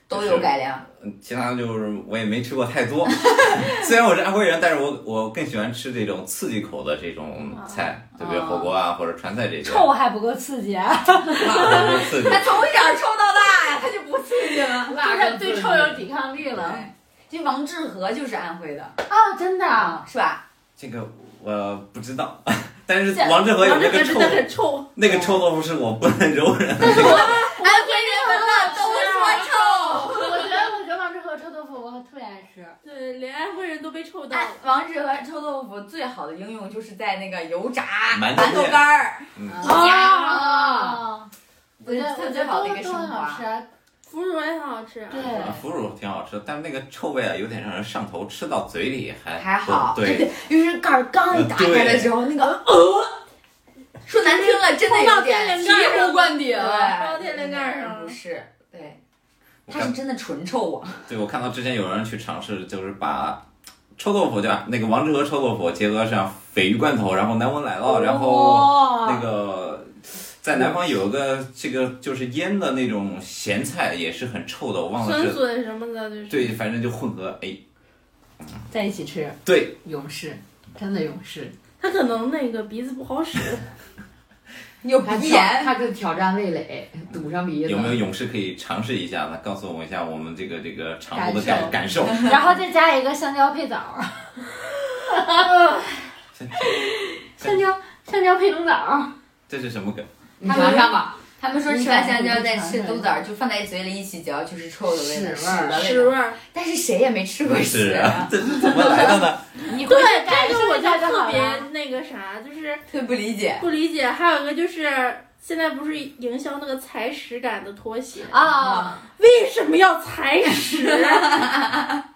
B: 都有改良。
E: 其他的就是我也没吃过太多。 [LAUGHS] 虽然我是安徽人，但是我我更喜欢吃这种刺激口的这种菜，对不对？火锅啊或者川菜这些，
D: 臭还不够刺激啊！
E: 辣的刺激。
B: 他从小臭到大呀，他就不刺激 [LAUGHS] 了。
D: [LAUGHS] 就是他对臭有抵抗力了
B: 对这王致和就是安徽的，
D: 啊！真的啊，
B: 是吧？
E: 这个我不知道， [LAUGHS] 但是王致和有那个
C: [LAUGHS] 真
E: 臭
C: 的，很臭，
E: 那个臭豆腐是我不能 [LAUGHS] 容忍的。
B: 安徽人闻了都说臭。
D: 我觉得我觉得王致和臭豆腐我特别爱吃，
C: 对，连安徽人都被臭到
B: 哎
C: 了，。
B: 王致和臭豆腐最好的应用就是在那个油炸
E: 馒
B: 馒
E: 头
B: 头
E: 面
B: 干儿，
E: 嗯
B: 一夹，哦
D: 啊！我
B: 我
D: 觉
B: 觉
D: 得我
B: 得
D: 觉
B: 它最
D: 得
B: 好的一
D: 都都
B: 个升
D: 很好
B: 华
D: 吃。啊。
C: 腐乳也很好吃，啊
D: 对，
E: 腐乳挺好吃的，但是那个臭味啊，有点让人上头，吃到嘴里还
B: 还好。
E: 哦对，
B: [LAUGHS] 就是盖儿刚一打开的时候，那个呃，说难听了，真的有点
C: 冲到天灵盖儿上了
B: 灌顶嗯
C: 冲到天灵盖儿上了
B: 不是，对，
E: 我
B: 它是
E: 看
B: 真的纯臭啊。
E: 对我看到之前有人去尝试，就是把臭豆腐对吧？那个王致和臭豆腐结合上鲱鱼罐头，然后南文奶酪，然后那
D: 哇，
E: 个在南方有个这个就是腌的那种咸菜，也是很臭的，我忘了
C: 酸
E: 是。
C: 笋什么的，就是。
E: 对，反正就混合哎，
D: [LAUGHS] 在一起吃，
E: 对，
D: 勇士，真的勇士。
C: 他可能那个鼻子不好使，
B: 有
G: 他
B: 鼻
G: 挑
B: 炎，
G: 他就挑战味蕾，堵上鼻子。
E: 有没有勇士可以尝试一下呢？告诉我一下我们这个这个尝过的
D: 感
E: 感感受。
D: [LAUGHS] 然后再加一个香蕉配枣 [LAUGHS] 儿，香蕉香蕉配冬枣儿，
E: 这是什么梗？ [LAUGHS]
G: 你尝尝吧，
B: 他们说吃完香蕉再吃豆枣儿，就放在嘴里一起嚼，就是臭的味道，
D: 屎味儿
B: 的
C: 屎
B: 味
C: 味
B: 道。
C: 儿。
B: 但是谁也没吃过
E: 是
B: 屎
E: 啊
B: 啊，，
E: 这是怎么来的呢？
D: 你回去
C: 对，
D: 感
C: 这
D: 受
C: 个我
D: 一
C: 就
D: 下好
C: 特
D: 了
C: 别那个啥，就是
B: 特不理解。
C: 不理解。还有一个就是，现在不是营销那个踩屎感的拖鞋，
D: 啊，
C: 为什么要踩屎？啊
B: 嗯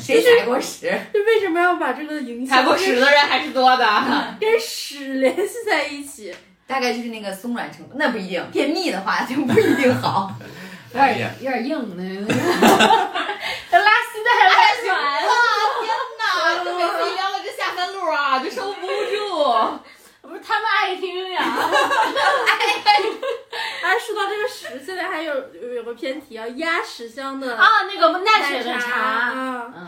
B: 谁踩过屎？
C: [LAUGHS] 就为什么要把这个营销跟
B: 的人还是多的。
C: 跟屎联系在一起？
B: 大概就是那个松软程度，那不一 [LAUGHS] 定。便秘的话就不一定好。
D: 有
E: 哎
D: 点
E: 呀，
D: 有点硬呢， [LAUGHS] 拉稀的还拉软了，
B: 啊，每次聊到这下三路啊，就收不住。
D: 不是他们爱听呀，
C: 哎，说到这个屎，现在还有有有个偏题啊，鸭屎香的
D: 啊，那个奈
C: 奶
D: 雪的茶，
C: 茶啊，
D: 嗯，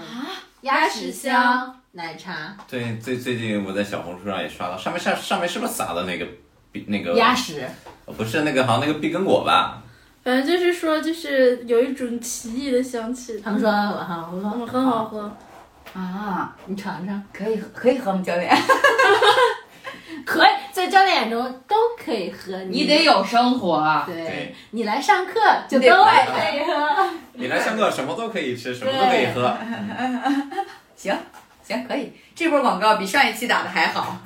C: 鸭
D: 鸭
C: 屎
D: 屎
C: 香
D: 香奶茶，
E: 对，最最近我在小红书上也刷到，上面上上面是不是撒的那个比那个
D: 鸭屎，
E: 不是那个，好像那个碧根果吧？
C: 反正就是说，就是有一种奇异的香气。
D: 他们说哈，我
C: 嗯，
D: 说
C: 很好，喝。
B: [LAUGHS] 啊，
D: 你尝尝，
B: 可以可以喝吗， [LAUGHS] 教练？
D: 可以在教练眼中都可以喝，
G: 你得有生活啊。
D: 对
E: 对，
D: 你来上课就
B: 你得
D: 都
B: 管
D: 可以喝，
E: 你来上课什么都可以吃，什么都可以喝。
B: 行行，可以。这波广告比上一期打的还好，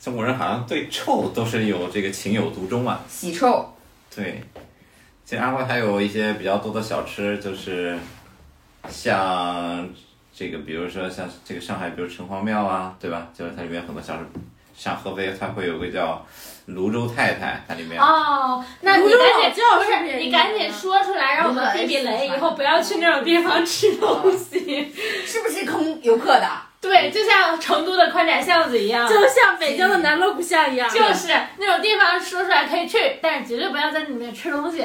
E: 中国人好像对臭都是有这个情有独钟嘛。
B: 洗臭。
E: 对，其实安徽还有一些比较多的小吃，就是像这个比如说像这个上海，比如城隍庙啊，对吧？就是它里面有很多小吃，像合肥它会有个叫泸州太太，它里面
D: 哦，那你
C: 泸州老
D: 赶紧
C: 窖
D: 不
C: 是不是
D: 是
C: 也
D: 你
C: 有
D: 赶紧
C: 呢
D: 说出来，让我们避避雷，以后不要去那种地方吃东西。
B: 是不是坑游客的？
D: 对，就像成都的宽窄巷子一样，
C: 就像北京的南锣鼓巷一样，
D: 就是那种地方说出来可以去，但是绝对不要在里面吃东西。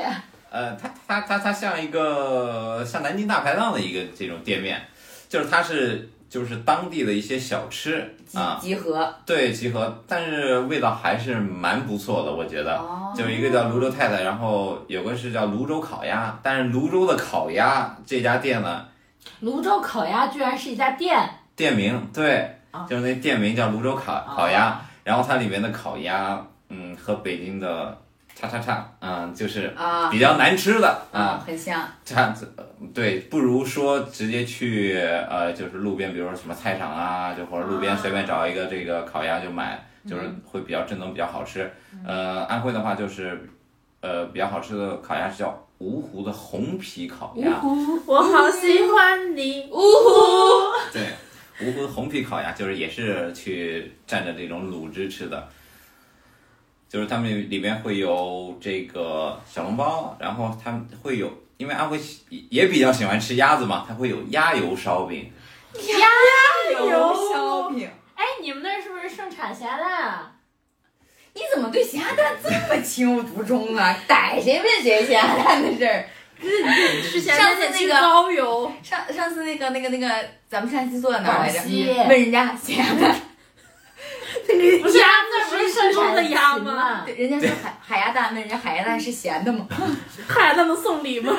E: 呃，它它它它像一个像南京大排档的一个这种店面，就是它是就是当地的一些小吃
B: 集
E: 啊，
B: 集合
E: 对集合，但是味道还是蛮不错的，我觉得。
B: 哦，
E: 就一个叫泸州太太，然后有个是叫泸州烤鸭，但是泸州的烤鸭这家店呢，
D: 泸州烤鸭居然是一家店，
E: 店名对，
B: 哦
E: 就是那店名叫泸州烤烤鸭，然后它里面的烤鸭，嗯，和北京的叉叉叉，嗯，就是
B: 啊
E: 比较难吃的
B: 啊
E: 啊，，
B: 很像
E: 这样子，呃对，不如说直接去呃，就是路边，比如说什么菜场啊，就或者路边随便找一个这个烤鸭就买，就是会比较正宗，比较好吃。呃，安徽的话就是，呃，比较好吃的烤鸭是叫芜湖的红皮烤鸭，
C: 我好喜欢你，呜呼，
E: 对，芜湖的红皮烤鸭就是也是去蘸着这种卤汁吃的，就是他们里面会有这个小笼包，然后他们会有，因为安徽喜也比较喜欢吃鸭子嘛，它会有鸭油烧饼。
B: 油烧饼。
D: 哎，你们那儿是不是盛产咸蛋啊？
B: 你怎么对咸鸭蛋这么情有独钟 [LAUGHS] 呢？逮谁问谁咸鸭蛋的事儿。
C: 之前
B: 上次
C: 那
B: 那个
C: 高邮，
B: 上上次那个那个那个，咱们上期做的哪儿来着？
D: 广西
B: 问人家 [LAUGHS] 咸鸭蛋，那
C: 不是鸭
D: 那
C: 子
D: 不
C: 不
D: 是
C: 是
D: 盛
C: 山
D: 产
C: 东的鸭
D: 禽
C: 吗？
D: 吗
B: 个？人家说
E: [LAUGHS]
B: 海海鸭蛋，问人家海鸭蛋是咸的吗？
C: 海那能送礼吗？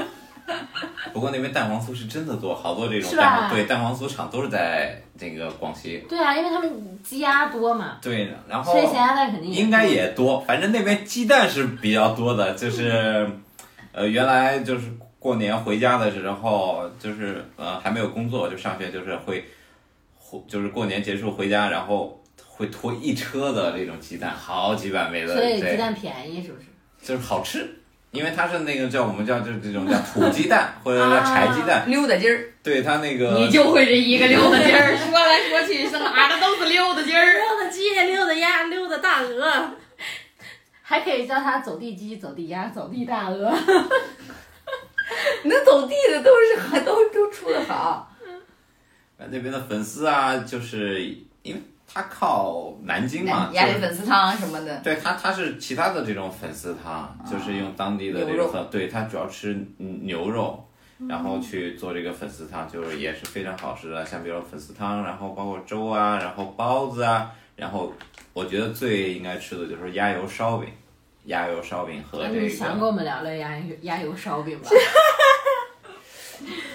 E: 不过那边蛋黄酥是真的多，好多这种
D: 是吧
E: 蛋黄对蛋黄酥厂都是在这个广西。
D: 对啊，因为他们鸡鸭多嘛，
E: 对，然后
D: 所以咸鸭蛋肯定
E: 应该也多，反正那边鸡蛋是比较多的，就是，呃，原来就是过年回家的时候，就是呃还没有工作就上学，就是会，回就是过年结束回家，然后会拖一车的这种鸡蛋，好几百枚的，
D: 所以鸡
E: 对，
D: 蛋便宜是不是？
E: 就是好吃。因为它是那个叫我们叫就是这种叫土鸡蛋
D: 啊
E: 或者叫柴鸡蛋，
B: 溜达筋儿，
E: 对它那个
F: 你就会这一个溜达
E: [LAUGHS]
F: 劲儿，说来说去是哪儿的都是溜达劲儿。
C: 溜达鸡，溜达鸭，溜达大鹅，
D: 还可以叫它走地鸡、走地鸭、走地大鹅。
B: 能走地的都是好都都出的好。
E: 那边的粉丝啊，就是因为他靠南京嘛，
B: 鸭血
E: 就是
B: 粉丝汤什么的，
E: 对他，他是其他的这种粉丝汤，就是用当地的这
B: 牛肉
E: 种粉，对他主要吃牛肉，然后去做这个粉丝汤，就是也是非常好吃的，像比如粉丝汤，然后包括粥啊，然后包子啊，然后我觉得最应该吃的就是鸭油烧饼，鸭油烧饼和
D: 那
E: 这
D: 哎你想跟
E: 个
D: 我们聊聊鸭油鸭油烧饼吧？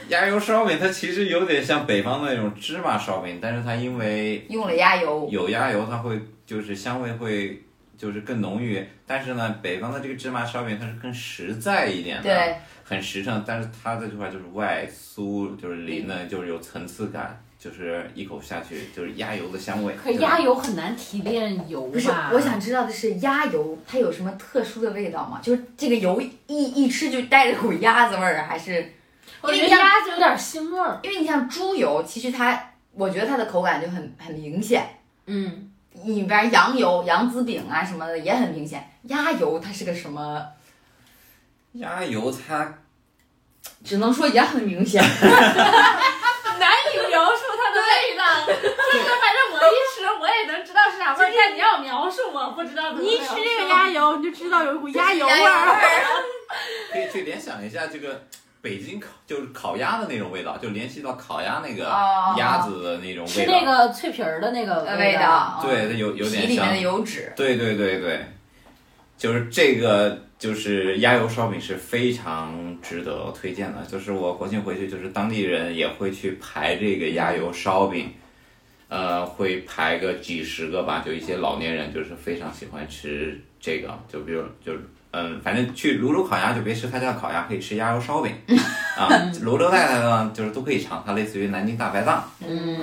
E: 鸭油烧饼，它其实有点像北方的那种芝麻烧饼，但是它因为
B: 用了鸭油，
E: 有鸭油，它会就是香味会就是更浓郁，但是呢，北方的这个芝麻烧饼它是更实在一点的，
B: 对，
E: 很实诚，但是它的这块就是外酥，就是里
B: 嗯
E: 嫩，就是有层次感，就是一口下去就是鸭油的香味。
D: 可是
E: 对吧
D: 鸭油很难提炼油
B: 不是
D: 吧？，
B: 我想知道的是鸭油它有什么特殊的味道吗？就是这个油一一吃就带着股鸭子味儿，还是
D: 我觉得鸭子有点腥味儿。
B: 因为你像猪油，其实它我觉得它的口感就很很明显。
D: 嗯，
B: 里边羊油、羊子饼啊什么的也很明显，鸭油它是个什么？
E: 鸭油它
G: 只能说也很明
B: [LAUGHS]
G: 显。
D: 难以描述它的味道。就是反正我一吃，我也能知道是啥味儿，但你要描述，我不知道。
C: 你一吃这个鸭，油，你就知道有一股鸭油味儿。
B: 儿，
E: 可以去联想一下这个。北京烤就是烤鸭的那种味道，就联系到烤鸭那个
B: 哦
E: 鸭子的那种
D: 吃
E: 味道，
D: 那个脆皮儿的那个
B: 呃
D: 味
B: 味道，
E: 对，它有有
B: 皮
E: 点
B: 里面
E: 像
B: 的油脂，
E: 对对对对，就是这个，就是鸭油烧饼是非常值得推荐的。就是我国庆回去，就是当地人也会去排这个鸭油烧饼，呃，会排个几十个吧。就一些老年人就是非常喜欢吃这个，就比如就是。嗯，反正去泸州烤鸭就别吃他家的烤鸭，可以吃鸭油烧饼 [LAUGHS] 啊。泸州太太呢，就是都可以尝，它类似于南京大排档。
D: 嗯，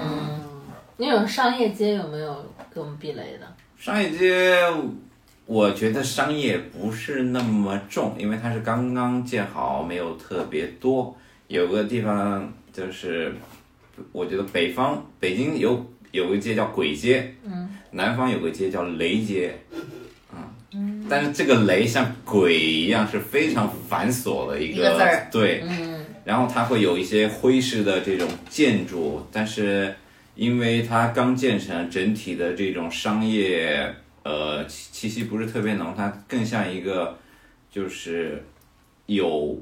D: 那种商业街有没有给我们避雷的？
E: 商业街，我觉得商业不是那么重，因为它是刚刚建好，没有特别多。有个地方就是我觉得北方北京有有个街叫簋街，
D: 嗯，
E: 南方有个街叫雷街，嗯，但是这个雷像鬼一样是非常繁琐的一
B: 一个字儿
E: 对，
D: 嗯，
E: 然后它会有一些徽式的这种建筑，但是因为它刚建成，整体的这种商业呃气气息不是特别浓，它更像一个就是有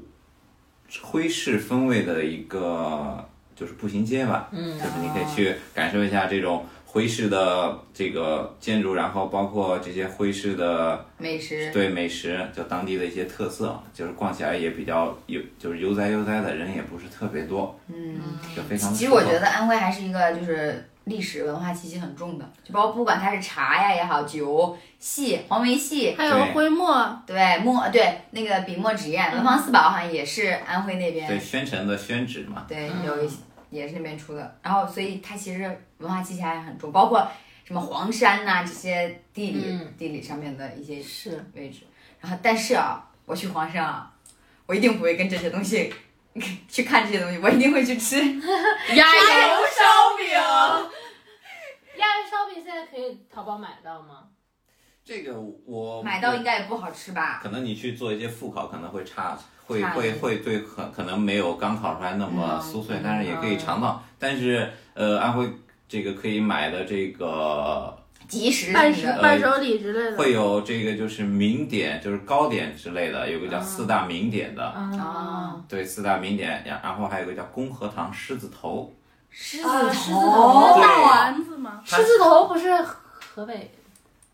E: 徽式风味的一个就是步行街吧，嗯，就是你可以去感受一下这种徽式的这个建筑，然后包括这些徽式的
B: 美食，
E: 对美食，就当地的一些特色，就是逛起来也比较悠，就是悠哉悠哉的，人也不是特别多，
B: 嗯，
E: 就非常。
B: 其实我觉，得安徽还是一个就是历史文化气息很重的，就包括不管它是茶呀也好，酒、戏、黄梅戏，
C: 还有徽墨，
B: 对墨对那个笔墨纸砚，文房四宝好像也是安徽那边，
E: 对宣城的宣纸嘛，
B: 对
D: 嗯
B: 有一些也是那边出的，然后所以它其实文化气息还很重，包括什么黄山呐、这些地理、
D: 嗯
B: 地理上面的一些
D: 是
B: 位置。然后，但是啊，我去黄山啊，我一定不会跟这些东西 [LAUGHS] 去看这些东西，我一定会去吃
C: 呀
B: 油烧饼。
D: 鸭烧饼现在可以淘宝买到吗？
E: 这个我
B: 买到应该也不好吃吧？
E: 可能你去做一些复烤，可能会差，会
B: 差一
E: 会
B: 点嗯
E: 会对可可能没有刚烤出来那么酥脆，但是也可以尝到。但是呃，安徽这个可以买的这个
B: 即食
C: 伴
B: 什
C: 手
B: 么的，
C: 伴手礼之
B: 嗯
C: 类的。
E: 会有这个就是名点，就是糕点之类的，有个
B: 嗯
E: 叫四大名点的，
B: 啊，
E: 对四大名点，然然后还有个叫公和堂狮子头，
B: 狮子
D: 啊
B: 头，
D: 狮子头
E: 对
C: 大丸子吗？
E: 它
D: 狮子头不是河北，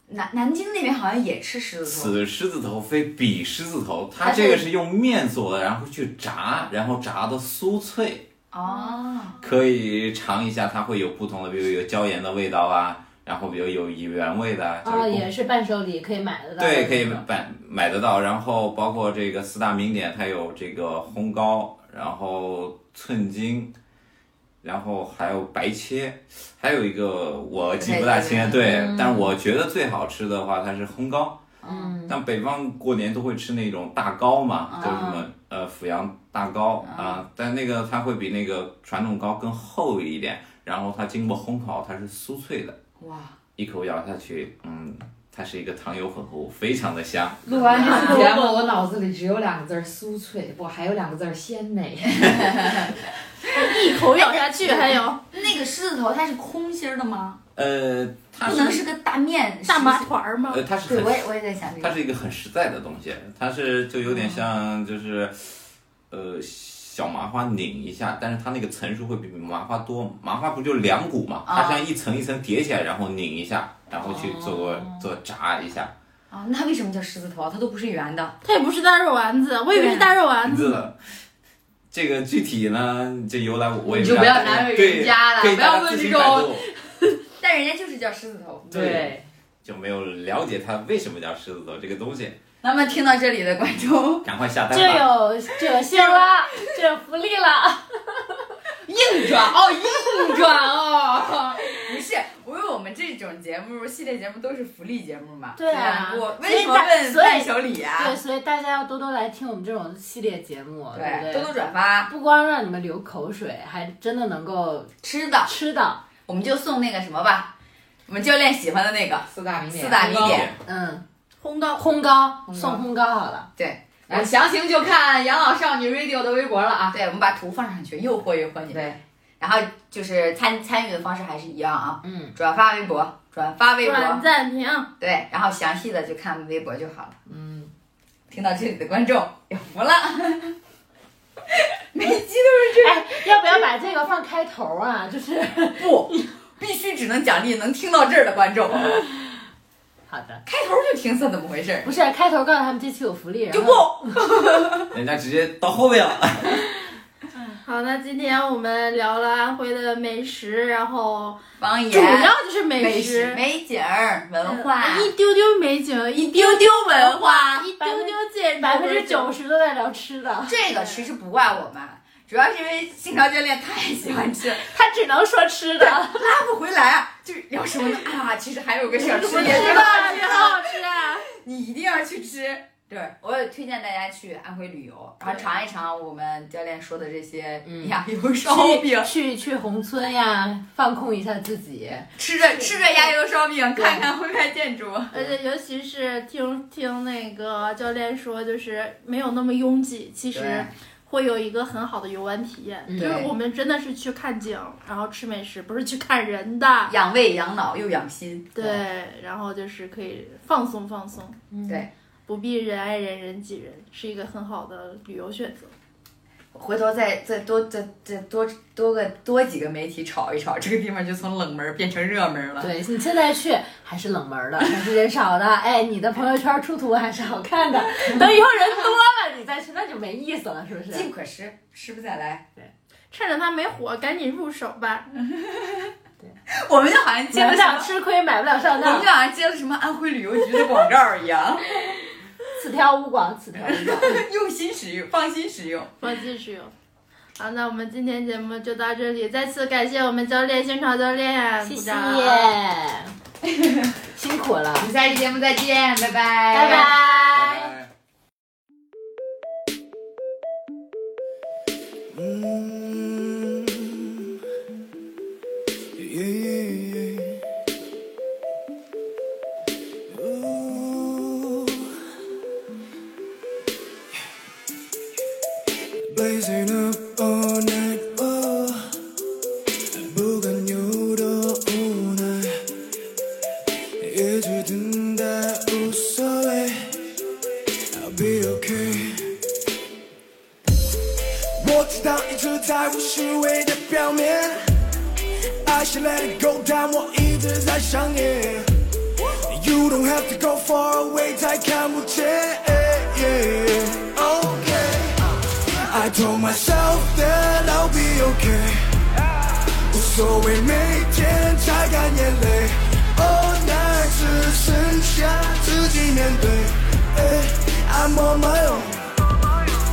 B: 南南京那边好像也吃狮子头。
E: 此狮子头非彼狮子头，它
B: 它是
E: 这个是用面做的，然后去炸，然后炸的酥脆，
B: 哦，
E: 可以尝一下，它会有不同的，比如有椒盐的味道啊，然后比如有原味的啊，就是
D: 啊，
E: 不
D: 也是伴手礼可以买得到的。
E: 对，可以买买得到。然后包括这个四大名点，它有这个烘糕，然后寸金，然后还有白切，还有一个我记不大清了，
B: 不太
E: 对
D: 记得嗯，
E: 但我觉得最好吃的话，它是烘糕。
D: 嗯，
E: 但北方过年都会吃那种大糕嘛，
B: 啊
E: 就是什么呃阜阳大糕啊，但那个它会比那个传统糕更厚一点，然后它经过烘烤，它是酥脆的，
B: 哇，
E: 一口咬下去，嗯，它是一个糖油混合物，非常的香。
F: 录完这次节
B: [LAUGHS]
F: 目，我脑子里只有两个字儿：酥脆。不，还有两个字儿：鲜美。
C: 一口咬下去，还有
B: 那个狮子头它是空心儿的吗？
E: 呃，它
B: 不能是个大面
C: 大麻
B: 狮子
C: 团儿吗？
E: 呃，它是
B: 对，我
E: 很，
B: 也我也在想这
E: 它
B: 个。
E: 是一个很实在的东西，它是就有
A: 哦
E: 点像就是，呃，小麻花拧一下，但是它那个层数会比麻花多，麻花不就两股嘛，
A: 哦
B: 啊
E: 它像一层一层叠起来，然后拧一下，然后去做过
D: 哦
E: 做炸一下，
B: 啊，那它为什么叫狮子头啊？它都不是圆的。
C: 它也不是大肉丸子，我以为是大肉
A: 啊
C: 丸子。
E: 这这个具体呢，这由来我也
A: 你就
E: 不知道
A: 不要难为
E: 对
A: 人家了
E: 可以
A: 不要
E: 大家
A: 问
E: 自
A: 这
E: 己
A: 种
E: 百度
B: 但人家就是叫狮子头。
E: 对，就没有了解它为什么叫狮子头这个东西，
B: 那么听到这里的观众， [LAUGHS]
E: 赶快下单
D: 这
E: 吧。
D: 有这有馅啦，这有福利了。
A: 硬转哦，硬转哦，
B: 不是，因为我们这种节目系列节目都是福利节目嘛。
C: 对啊
B: 我
C: 所以
B: 为什么
C: 大
B: 问
C: 所以
B: 伴手礼啊
D: 对，？所以大家要多多来听我们这种系列节目，不对？
B: 多多转发
D: 不光让你们流口水，还真的能够
B: 吃的，
D: 吃到。
B: 我们就送那个什么吧，我们教练喜欢的那个
F: 四大名点。
B: 四大名典。
D: 嗯，
C: 烘糕，
D: 烘糕送烘糕好了，
A: 哎，详情就看养老少女 radio 的微博了啊。
B: 对，我们把图放上去，诱惑诱惑你。
F: 对，
B: 然后就是参参与的方式还是一样啊，
D: 嗯，
B: 转发微博，转发微博，
C: 转暂停，
B: 对，然后详细的就看微博就好了。
F: 嗯，
B: 听到这里的观众有福了， [LAUGHS]
D: 要不要把这个放开头啊？就是 [LAUGHS]
B: 不，必须只能奖励能听到这儿的观众。
D: 好的，
B: 开头就听色怎么回事儿？
D: 不是开头告诉他们这期有福利，
B: 就
D: 然
B: 不
D: 后
E: 人家直接到后面了。
C: 好，那今天我们聊了安徽的美食，然后
B: 方言，
C: 主要就是美嗯
B: 美美景儿、文化，
C: 一丢丢美景，一丢丢文化，一丢丢见
D: 百分之九。十都在聊吃的，
B: 这个其实不怪我们，主要是因为信条教练太喜欢吃，了，
C: 他只能说吃
B: [LAUGHS]
C: 的，
B: 拉不回来啊，就是聊什么呢啊？其实还有个小吃
C: 吃
B: 也
C: 的
B: 挺好吃
C: 挺
B: 的，
C: 好吃啊！
B: 你一定要去吃。对，我也推荐大家去安徽旅游，然后尝一尝我们教练说的这些
D: 嗯
B: 鸭油烧饼，
D: 去去去宏村呀，放空一下自己。
B: 吃着吃着鸭油烧饼，看看徽派建筑。
C: [LAUGHS] 而且尤其是听听那个教练说，就是没有那么拥挤，其实
B: 对
C: 会有一个很好的游玩体验。
D: 嗯
C: 就是
B: 对
C: 我们真的是去看景，然后吃美食，不是去看人的。
B: 养胃、养脑又养心。
C: 对，然后就是可以放松放松，
D: 嗯
B: 对，
C: 不必人挨人人挤人，是一个很好的旅游选择。
B: 回头再再多再再多多个多几个媒体炒一炒，这个地方就从冷门变成热门了。
D: 对你现在去还是冷门的，还是人少的。哎，你的朋友圈出图还是好看的。等以后人多了，你再去那就没意思了，是不是？
B: 进可吃，吃不再来。
C: 趁着它没火，赶紧入手吧。
B: 我们就好像接
D: 买
B: 了
D: 不
B: 什
D: 了
B: 么，
D: 吃亏，买不了上
B: 我们
D: 当
B: 就。好像接了什么安徽旅游局的广告一样，
D: 此条无广，此条无
B: [LAUGHS]
D: 广。
B: 用心使用，放心使用。
C: 放心使用。好，那我们今天节目就到这里，再次感谢我们教练星潮教练，
D: 谢
C: 鼓
D: 谢
C: 掌，
D: 辛苦了，
B: 我们下期节目再见，拜拜，
D: 拜
B: 拜
D: 拜。
E: 拜拜 Mm.
H: 嗯，耶哦 Blazing up all night, oh. 무관여도 오나 예주든 다 웃어해. I'll be okay. 我知道一直在乎虚伪的表面，爱是 let it go，但我一直在上演。You don't have to go far away，才看不见。Okay，I told myself that I'll be okay，无所谓每天擦干眼泪。Oh，那只剩下自己面对。I'm Eh, on my own。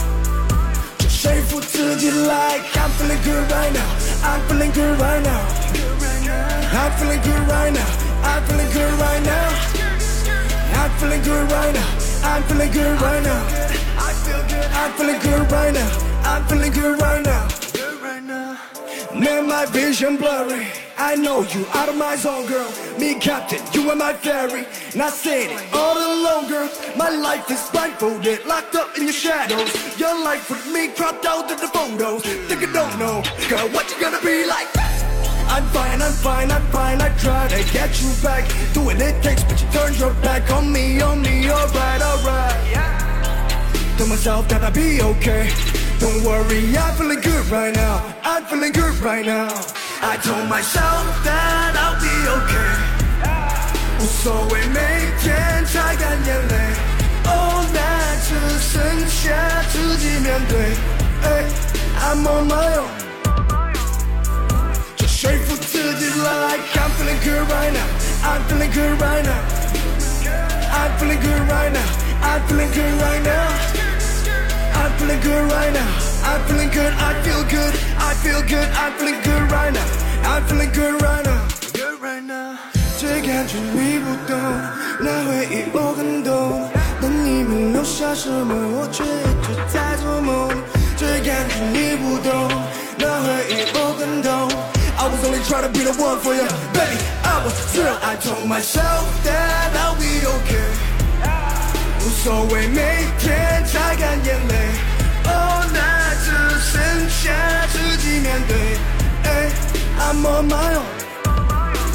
H: 就说服自己，like I'm feeling good right now, I'm feeling good right now, I'm feeling good right now, I'm feeling good right now, I'm feeling good right now, I'm feeling good right now, I'm feeling good right now, I'm feeling good right now, good right now. Man, my vision blurry. I know you out of my zone, girl. Me captain, you are my fairy. And I said it all alone, girl. My life is blindfolded, locked up in your shadows. Your life with me cropped out of the photos. Think you don't know, girl, what you gonna be like? I'm fine, I'm fine, I'm fine. I try to get you back. Doing it takes, but you turn your back on me, on me. Alright, alright. Tell myself that I'll be okay. Don't worry, I'm feeling good right now. I'm feeling good right now. I told myself that I'll be okay. 无所谓每天擦干眼泪，哦，那只剩下自己面对。哎，I'm on my own。就说服自己，like I'm feeling good right now. I'm feeling good right now. I'm feeling good right now. I'm feeling good right now. I'm feeling good right now. I'm feeling good. I feel good. I feel good. I'm feeling good right now. I'm feeling good right now. Good right now. 只感觉你不懂，那回忆我很懂。但你们留下什么，我却一直在做梦。只感觉你不懂，那回忆我很懂。I was only trying to be the one for you, baby. I was real. I told myself that I'll be okay. 无所谓每天擦干眼泪，哦，那只剩下自己面对。哎，I'm on my own，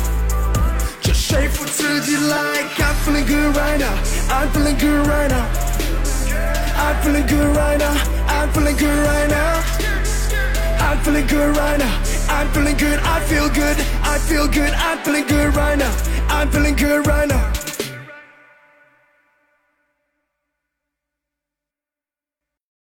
H: 就说服自己，like I'm feeling good right now，I'm feeling good right now，I'm feeling good right now，I'm feeling good right now，I'm feeling good right now，I'm feeling good，I feel good，I feel good，I'm feeling good right now，I'm feeling good right now。